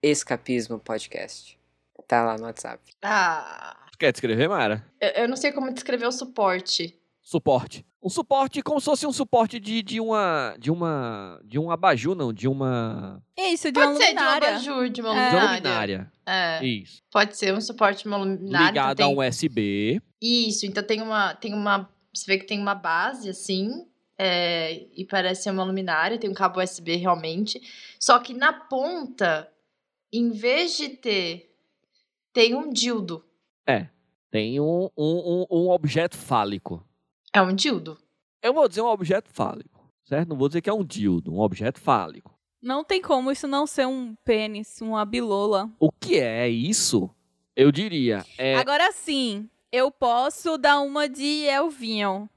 Speaker 1: Escapismo Podcast. Tá lá no WhatsApp.
Speaker 4: ah.
Speaker 2: Tu quer descrever, Mayara?
Speaker 4: eu, eu não sei como descrever o suporte.
Speaker 2: suporte. Um suporte como se fosse um suporte de, de uma. de uma. de um abajur, não, de uma.
Speaker 3: É Isso, de
Speaker 4: Pode
Speaker 3: uma
Speaker 4: ser de uma
Speaker 3: luminária.
Speaker 4: abajur,
Speaker 2: de
Speaker 3: É.
Speaker 4: de uma
Speaker 2: uma
Speaker 4: luminária.
Speaker 2: luminária.
Speaker 4: É,
Speaker 2: Isso.
Speaker 4: Pode ser um suporte de uma luminária. então
Speaker 2: Ligado
Speaker 4: tem-
Speaker 2: a um USB.
Speaker 4: Isso, então tem uma, tem uma. Você vê que tem uma base assim. é, e parece ser uma luminária, tem um cabo USB realmente. Só que na ponta, em vez de ter, tem um dildo.
Speaker 2: Tem um, um, um, um objeto fálico.
Speaker 4: É um dildo.
Speaker 2: Eu vou dizer um objeto fálico, certo? Não vou dizer que é um dildo, um objeto fálico.
Speaker 3: Não tem como isso não ser um pênis, uma bilola.
Speaker 2: O que é isso? Eu diria. É,
Speaker 3: Agora sim, eu posso dar uma de Elvinho.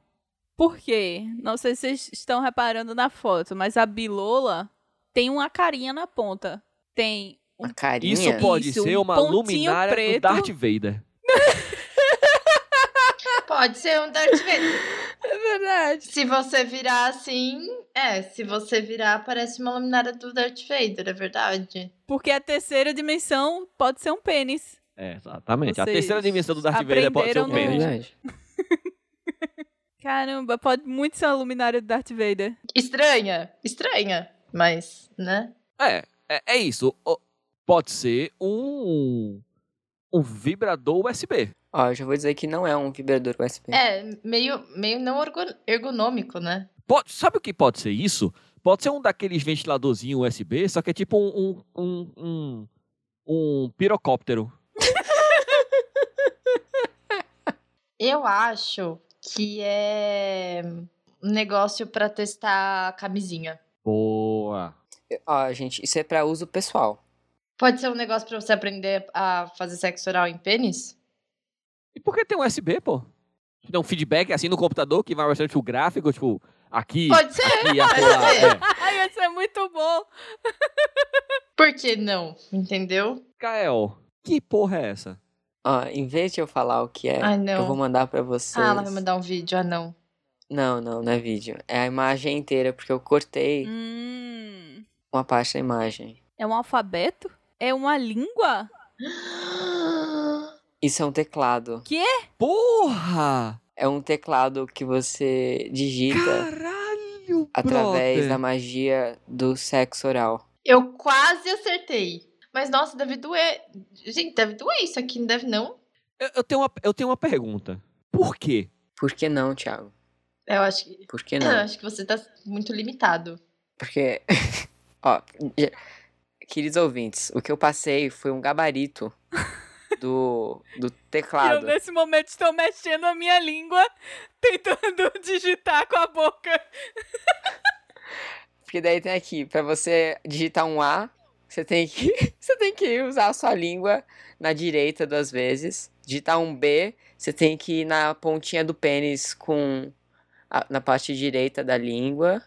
Speaker 3: Por quê? Não sei se vocês estão reparando na foto, mas a bilola tem uma carinha na ponta. Tem um
Speaker 1: Uma carinha.
Speaker 2: isso pode
Speaker 3: Isso,
Speaker 2: ser
Speaker 3: um
Speaker 2: uma
Speaker 3: pontinho
Speaker 2: luminária do
Speaker 3: preto.
Speaker 2: Darth Vader.
Speaker 4: Pode ser um Darth Vader.
Speaker 1: É verdade.
Speaker 4: se você virar assim, é, se você virar, parece uma luminária do Darth Vader, é verdade.
Speaker 3: Porque a terceira dimensão pode ser um pênis.
Speaker 2: É, exatamente. A
Speaker 3: Vocês
Speaker 2: terceira dimensão do Darth Vader pode ser um
Speaker 3: aprenderam
Speaker 1: É
Speaker 3: no-
Speaker 2: pênis.
Speaker 1: verdade.
Speaker 3: Caramba, pode muito ser uma luminária do Darth Vader.
Speaker 4: Estranha, estranha, mas, né?
Speaker 2: É, é, é isso. O- Pode ser um, um vibrador USB.
Speaker 1: Ó, eu já vou dizer que não é um vibrador USB.
Speaker 4: É, meio, meio não ergo- ergonômico, né?
Speaker 2: Pode, sabe o que pode ser isso? Pode ser um daqueles ventiladorzinhos USB, só que é tipo um, um, um, um, um pirocóptero.
Speaker 4: Eu acho que é um negócio pra testar camisinha.
Speaker 2: Boa.
Speaker 1: Ó, gente, isso é pra uso pessoal.
Speaker 4: Pode ser um negócio pra você aprender a fazer sexo oral em pênis?
Speaker 2: E por que tem um USB, pô? Dá um feedback assim no computador que vai mostrando tipo, o gráfico, tipo, aqui,
Speaker 4: Pode ser,
Speaker 2: aqui, acolá. É.
Speaker 3: Ai, isso é muito bom.
Speaker 4: por que não? Entendeu?
Speaker 2: Kael, é. que porra é essa?
Speaker 1: Ó, em vez de eu falar o que é,
Speaker 4: Ai, Ah, não.
Speaker 1: eu vou mandar pra vocês.
Speaker 4: Ah, ela vai mandar um vídeo. Ah, não.
Speaker 1: Não, não, não é vídeo. É a imagem inteira, porque eu cortei
Speaker 3: Hum,
Speaker 1: uma parte da imagem.
Speaker 3: é um alfabeto? É uma língua?
Speaker 1: Isso é um teclado.
Speaker 2: Porra!
Speaker 1: É um teclado que você digita
Speaker 2: Caralho,
Speaker 1: através
Speaker 2: brother.
Speaker 1: da magia do sexo oral.
Speaker 4: Eu quase acertei. Mas, nossa, deve doer. Gente, deve doer isso aqui, não deve não?
Speaker 2: Eu, eu tenho uma, eu tenho uma pergunta. Por quê?
Speaker 1: Por que não, Thiago?
Speaker 4: Eu acho que,
Speaker 1: Por que
Speaker 4: eu
Speaker 1: não?
Speaker 4: acho que você tá muito limitado.
Speaker 1: Porque, ó, já- queridos ouvintes, o que eu passei foi um gabarito do, do
Speaker 3: Eu,
Speaker 1: teclado.
Speaker 3: nesse momento, estou mexendo a minha língua, tentando digitar com a boca.
Speaker 1: Porque daí tem aqui, pra você digitar um A, você tem que, você tem que usar a sua língua na direita duas vezes. Digitar um B, você tem que ir na pontinha do pênis com a- na parte direita da língua.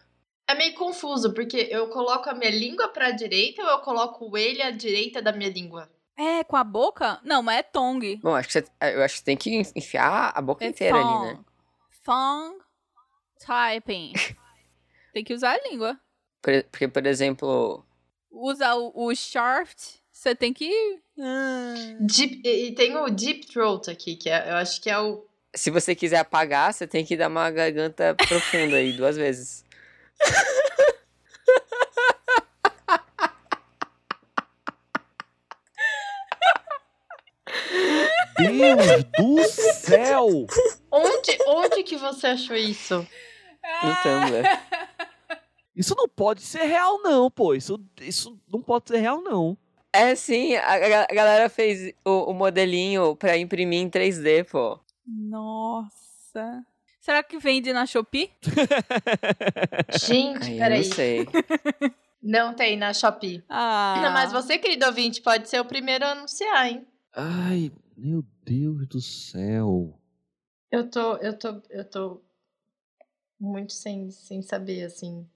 Speaker 4: É meio confuso, porque eu coloco a minha língua pra direita ou eu coloco o ele à direita da minha língua?
Speaker 3: É, com a boca? Não, mas é tongue.
Speaker 1: Bom, acho que você, eu acho que você tem que enfiar a boca
Speaker 3: É
Speaker 1: inteira ali, né?
Speaker 3: thong. Thong. Typing. Tem que usar a língua.
Speaker 1: Por- Porque, por exemplo,
Speaker 3: Usa o, o shaft, você tem que. Ah.
Speaker 4: Deep- e, e tem o Deep Throat aqui, que é- eu acho que é o.
Speaker 1: se você quiser apagar, você tem que dar uma garganta profunda aí duas vezes.
Speaker 2: Deus do céu!
Speaker 4: Onde, onde que você achou isso?
Speaker 1: No Tumblr.
Speaker 2: Isso não pode ser real, não, pô. Isso, isso não pode ser real, não.
Speaker 1: É sim, a, a- a galera fez o, o modelinho pra imprimir em 3D, pô.
Speaker 3: Nossa. Será que vende na Shopee?
Speaker 4: Gente,
Speaker 1: Aí eu
Speaker 4: peraí.
Speaker 1: não sei.
Speaker 4: Não tem na Shopee.
Speaker 3: Ah.
Speaker 4: Não, mas você, querido ouvinte, pode ser o primeiro a anunciar, hein?
Speaker 2: Ai, meu Deus do céu.
Speaker 4: Eu tô, eu tô, eu tô muito sem, sem saber, assim.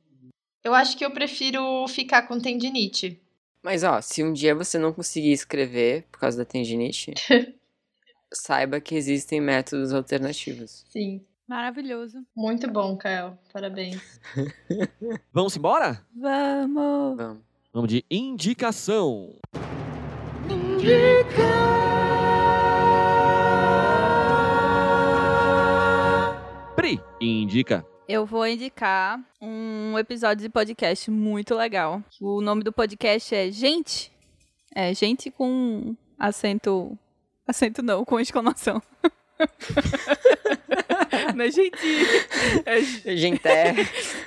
Speaker 4: Eu acho que eu prefiro ficar com tendinite.
Speaker 1: Mas ó, se um dia você não conseguir escrever por causa da tendinite, saiba que existem métodos alternativos.
Speaker 4: Sim.
Speaker 3: Maravilhoso.
Speaker 4: Muito bom, Kael. Parabéns.
Speaker 2: Vamos embora?
Speaker 3: Vamos.
Speaker 1: Vamos.
Speaker 2: Vamos de indicação. Pri, indica.
Speaker 3: Eu vou indicar um episódio de podcast muito legal. O nome do podcast é Gente. É gente com acento. Acento não, com exclamação. não é gente. É
Speaker 1: Gente, é.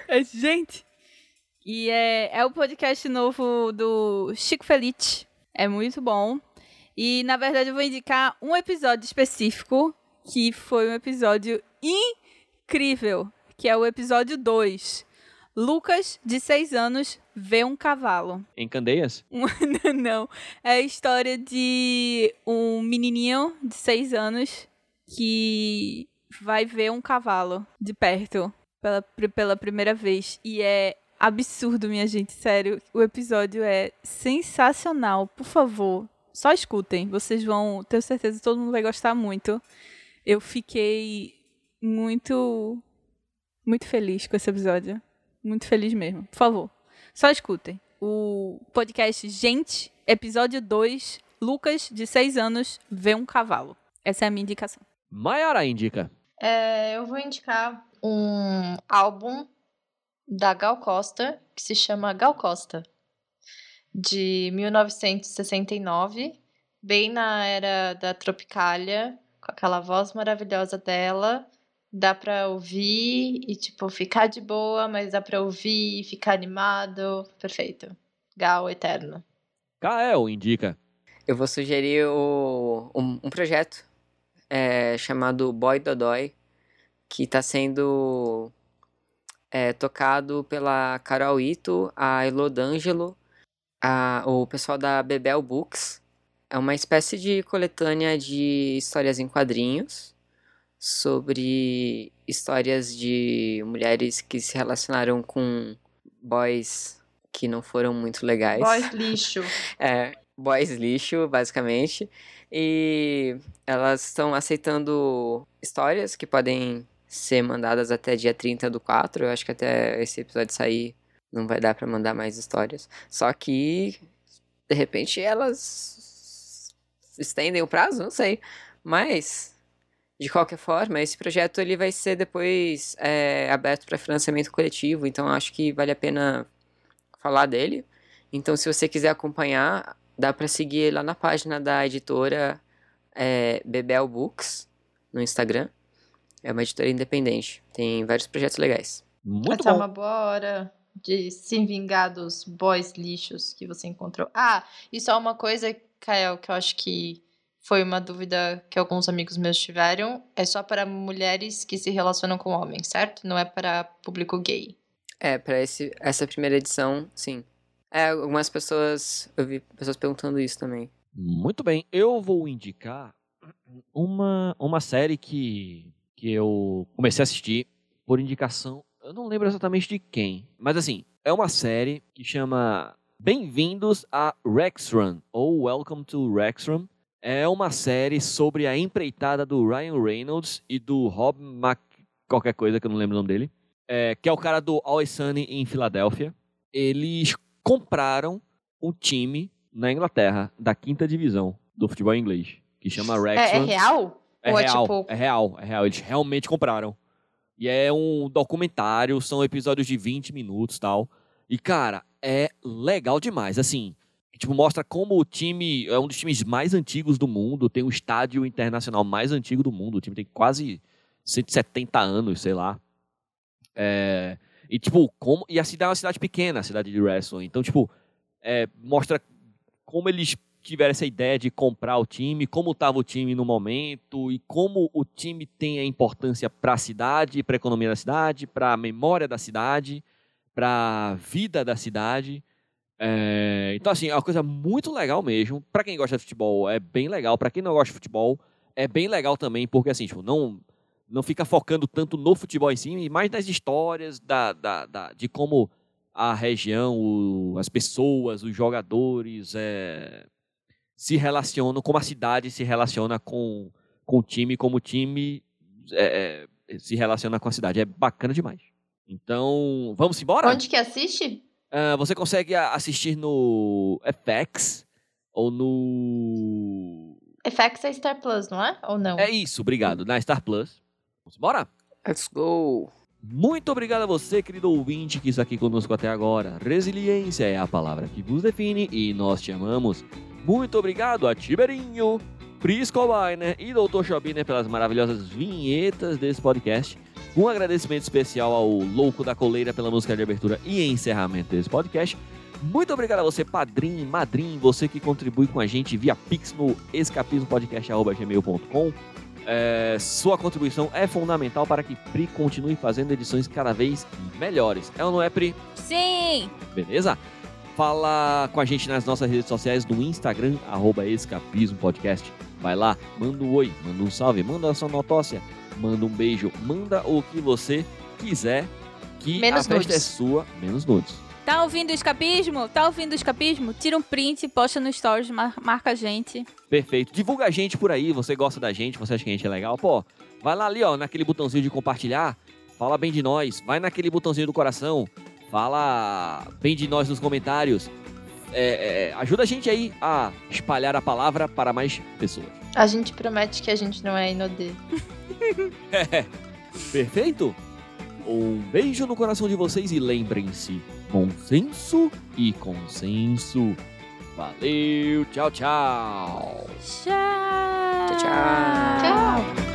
Speaker 3: É, gente! E é, é o podcast novo do Chico Felice. É muito bom. E, na verdade, eu vou indicar um episódio específico, que foi um episódio incrível, que é o episódio 2. Lucas, de 6 anos, vê um cavalo.
Speaker 2: Em Candeias?
Speaker 3: Não, é a história de um menininho de 6 anos que vai ver um cavalo de perto pela, pri- pela primeira vez. E é absurdo, minha gente, sério. O episódio é sensacional. Por favor, só escutem. Vocês vão, tenho certeza, que todo mundo vai gostar muito. Eu fiquei muito, muito feliz com esse episódio. Muito feliz mesmo. Por favor, só escutem. O podcast Gente, episódio 2, Lucas, de 6 anos, vê um cavalo. Essa é a minha indicação.
Speaker 2: Maiara indica.
Speaker 4: É, eu vou indicar um álbum da Gal Costa, que se chama Gal Costa, de 1969, bem na era da Tropicália, com aquela voz maravilhosa dela. Dá pra ouvir e, tipo, ficar de boa, mas dá pra ouvir e ficar animado. Perfeito. Gal Eterno.
Speaker 2: Kael indica.
Speaker 1: Eu vou sugerir o- um, um projeto é, chamado Boy Dodói, que está sendo é, tocado pela Carol Ito, a Elodângelo, a- o pessoal da Bebel Books. É uma espécie de coletânea de histórias em quadrinhos sobre histórias de mulheres que se relacionaram com boys que não foram muito legais.
Speaker 4: Voz lixo.
Speaker 1: É, boys lixo, basicamente. E elas estão aceitando histórias que podem ser mandadas até dia 30 do 4. Eu acho que até esse episódio sair não vai dar pra mandar mais histórias. Só que, de repente, elas estendem o prazo, não sei. Mas, de qualquer forma, esse projeto ele vai ser depois é, aberto para financiamento coletivo. Então, acho que vale a pena falar dele. Então, se você quiser acompanhar, dá para seguir lá na página da editora é, Bebel Books, no Instagram. É uma editora independente. Tem vários projetos legais.
Speaker 2: Muito
Speaker 4: Essa é
Speaker 2: bom.
Speaker 4: uma boa hora de se vingar dos boys lixos que você encontrou. Ah, e só uma coisa, Kael, que eu acho que foi uma dúvida que alguns amigos meus tiveram. É só para mulheres que se relacionam com homens, certo? Não é para público gay.
Speaker 1: É, para essa primeira edição, sim. É, algumas pessoas. Eu vi pessoas perguntando isso também.
Speaker 2: Muito bem, eu vou indicar uma, uma série que, que eu comecei a assistir por indicação, eu não lembro exatamente de quem, mas assim, é uma série que chama Bem-vindos a Rexram, ou Welcome to Rexram. É uma série sobre a empreitada do Ryan Reynolds e do Rob Mac... qualquer coisa que eu não lembro o nome dele. é, que é o cara do Always Sunny em Filadélfia, eles compraram um time na Inglaterra, da quinta divisão do futebol inglês, que chama
Speaker 4: É, é
Speaker 2: Wrexham.
Speaker 4: real?
Speaker 2: É
Speaker 4: Ou é
Speaker 2: real,
Speaker 4: tipo-
Speaker 2: é real, é real. Eles realmente compraram. E é um documentário, são episódios de 20 minutos e tal. E, cara, é legal demais. Assim, tipo, mostra como o time é um dos times mais antigos do mundo, tem o estádio internacional mais antigo do mundo. O time tem quase 170 anos, sei lá. É, e, tipo, como. E a cidade é uma cidade pequena, a cidade de Wrestling. Então, tipo, é, mostra como eles tiveram essa ideia de comprar o time, como estava o time no momento e como o time tem a importância para a cidade, para a economia da cidade, para a memória da cidade, para a vida da cidade. É, então, assim, é uma coisa muito legal mesmo. Para quem gosta de futebol, é bem legal. Para quem não gosta de futebol, é bem legal também, porque, assim, tipo, não, não fica focando tanto no futebol em si, e mais nas histórias da, da, da- de como a região, o- as pessoas, os jogadores, é, se relacionam, como a cidade se relaciona com, com o time, como o time é, é, se relaciona com a cidade. É bacana demais. Então, vamos embora?
Speaker 4: Onde que assiste?
Speaker 2: Ah, você consegue a- assistir no FX ou no.
Speaker 4: FX é Star Plus, não é? Ou não?
Speaker 2: É isso, obrigado. Na Star Plus. Vamos embora?
Speaker 1: Let's go.
Speaker 2: Muito obrigado a você, querido ouvinte, que está aqui conosco até agora. Resiliência é a palavra que vos define e nós te amamos. Muito obrigado a Tiberinho, Pris Cobainer e Dr. Chobiner pelas maravilhosas vinhetas desse podcast. Um agradecimento especial ao Louco da Coleira pela música de abertura e encerramento desse podcast. Muito obrigado a você, padrinho, madrinho, você que contribui com a gente via Pix no escapismopodcast.gmail.com. É, sua contribuição é fundamental para que Pri continue fazendo edições cada vez melhores. É ou não é, Pri?
Speaker 3: Sim!
Speaker 2: Beleza? Fala com a gente nas nossas redes sociais, no Instagram, arroba Escapismo Podcast. Vai lá, manda um oi, manda um salve, manda a sua notócia, manda um beijo, manda o que você quiser, que
Speaker 4: Menos
Speaker 2: a festa
Speaker 4: nudes.
Speaker 2: é sua, menos nudes.
Speaker 3: Tá ouvindo o escapismo? Tá ouvindo o escapismo? Tira um print, posta no stories, mar- marca a gente.
Speaker 2: Perfeito. Divulga a gente por aí, você gosta da gente, você acha que a gente é legal, pô. Vai lá ali, ó, naquele botãozinho de compartilhar, fala bem de nós. Vai naquele botãozinho do coração, fala bem de nós nos comentários. É, é, ajuda a gente aí a espalhar a palavra para mais pessoas.
Speaker 4: A gente promete que a gente não é inodê.
Speaker 2: Perfeito? Um beijo no coração de vocês e lembrem-se, bom senso e consenso. Valeu, tchau, tchau.
Speaker 3: Tchau!
Speaker 1: Tchau, tchau.
Speaker 4: Tchau!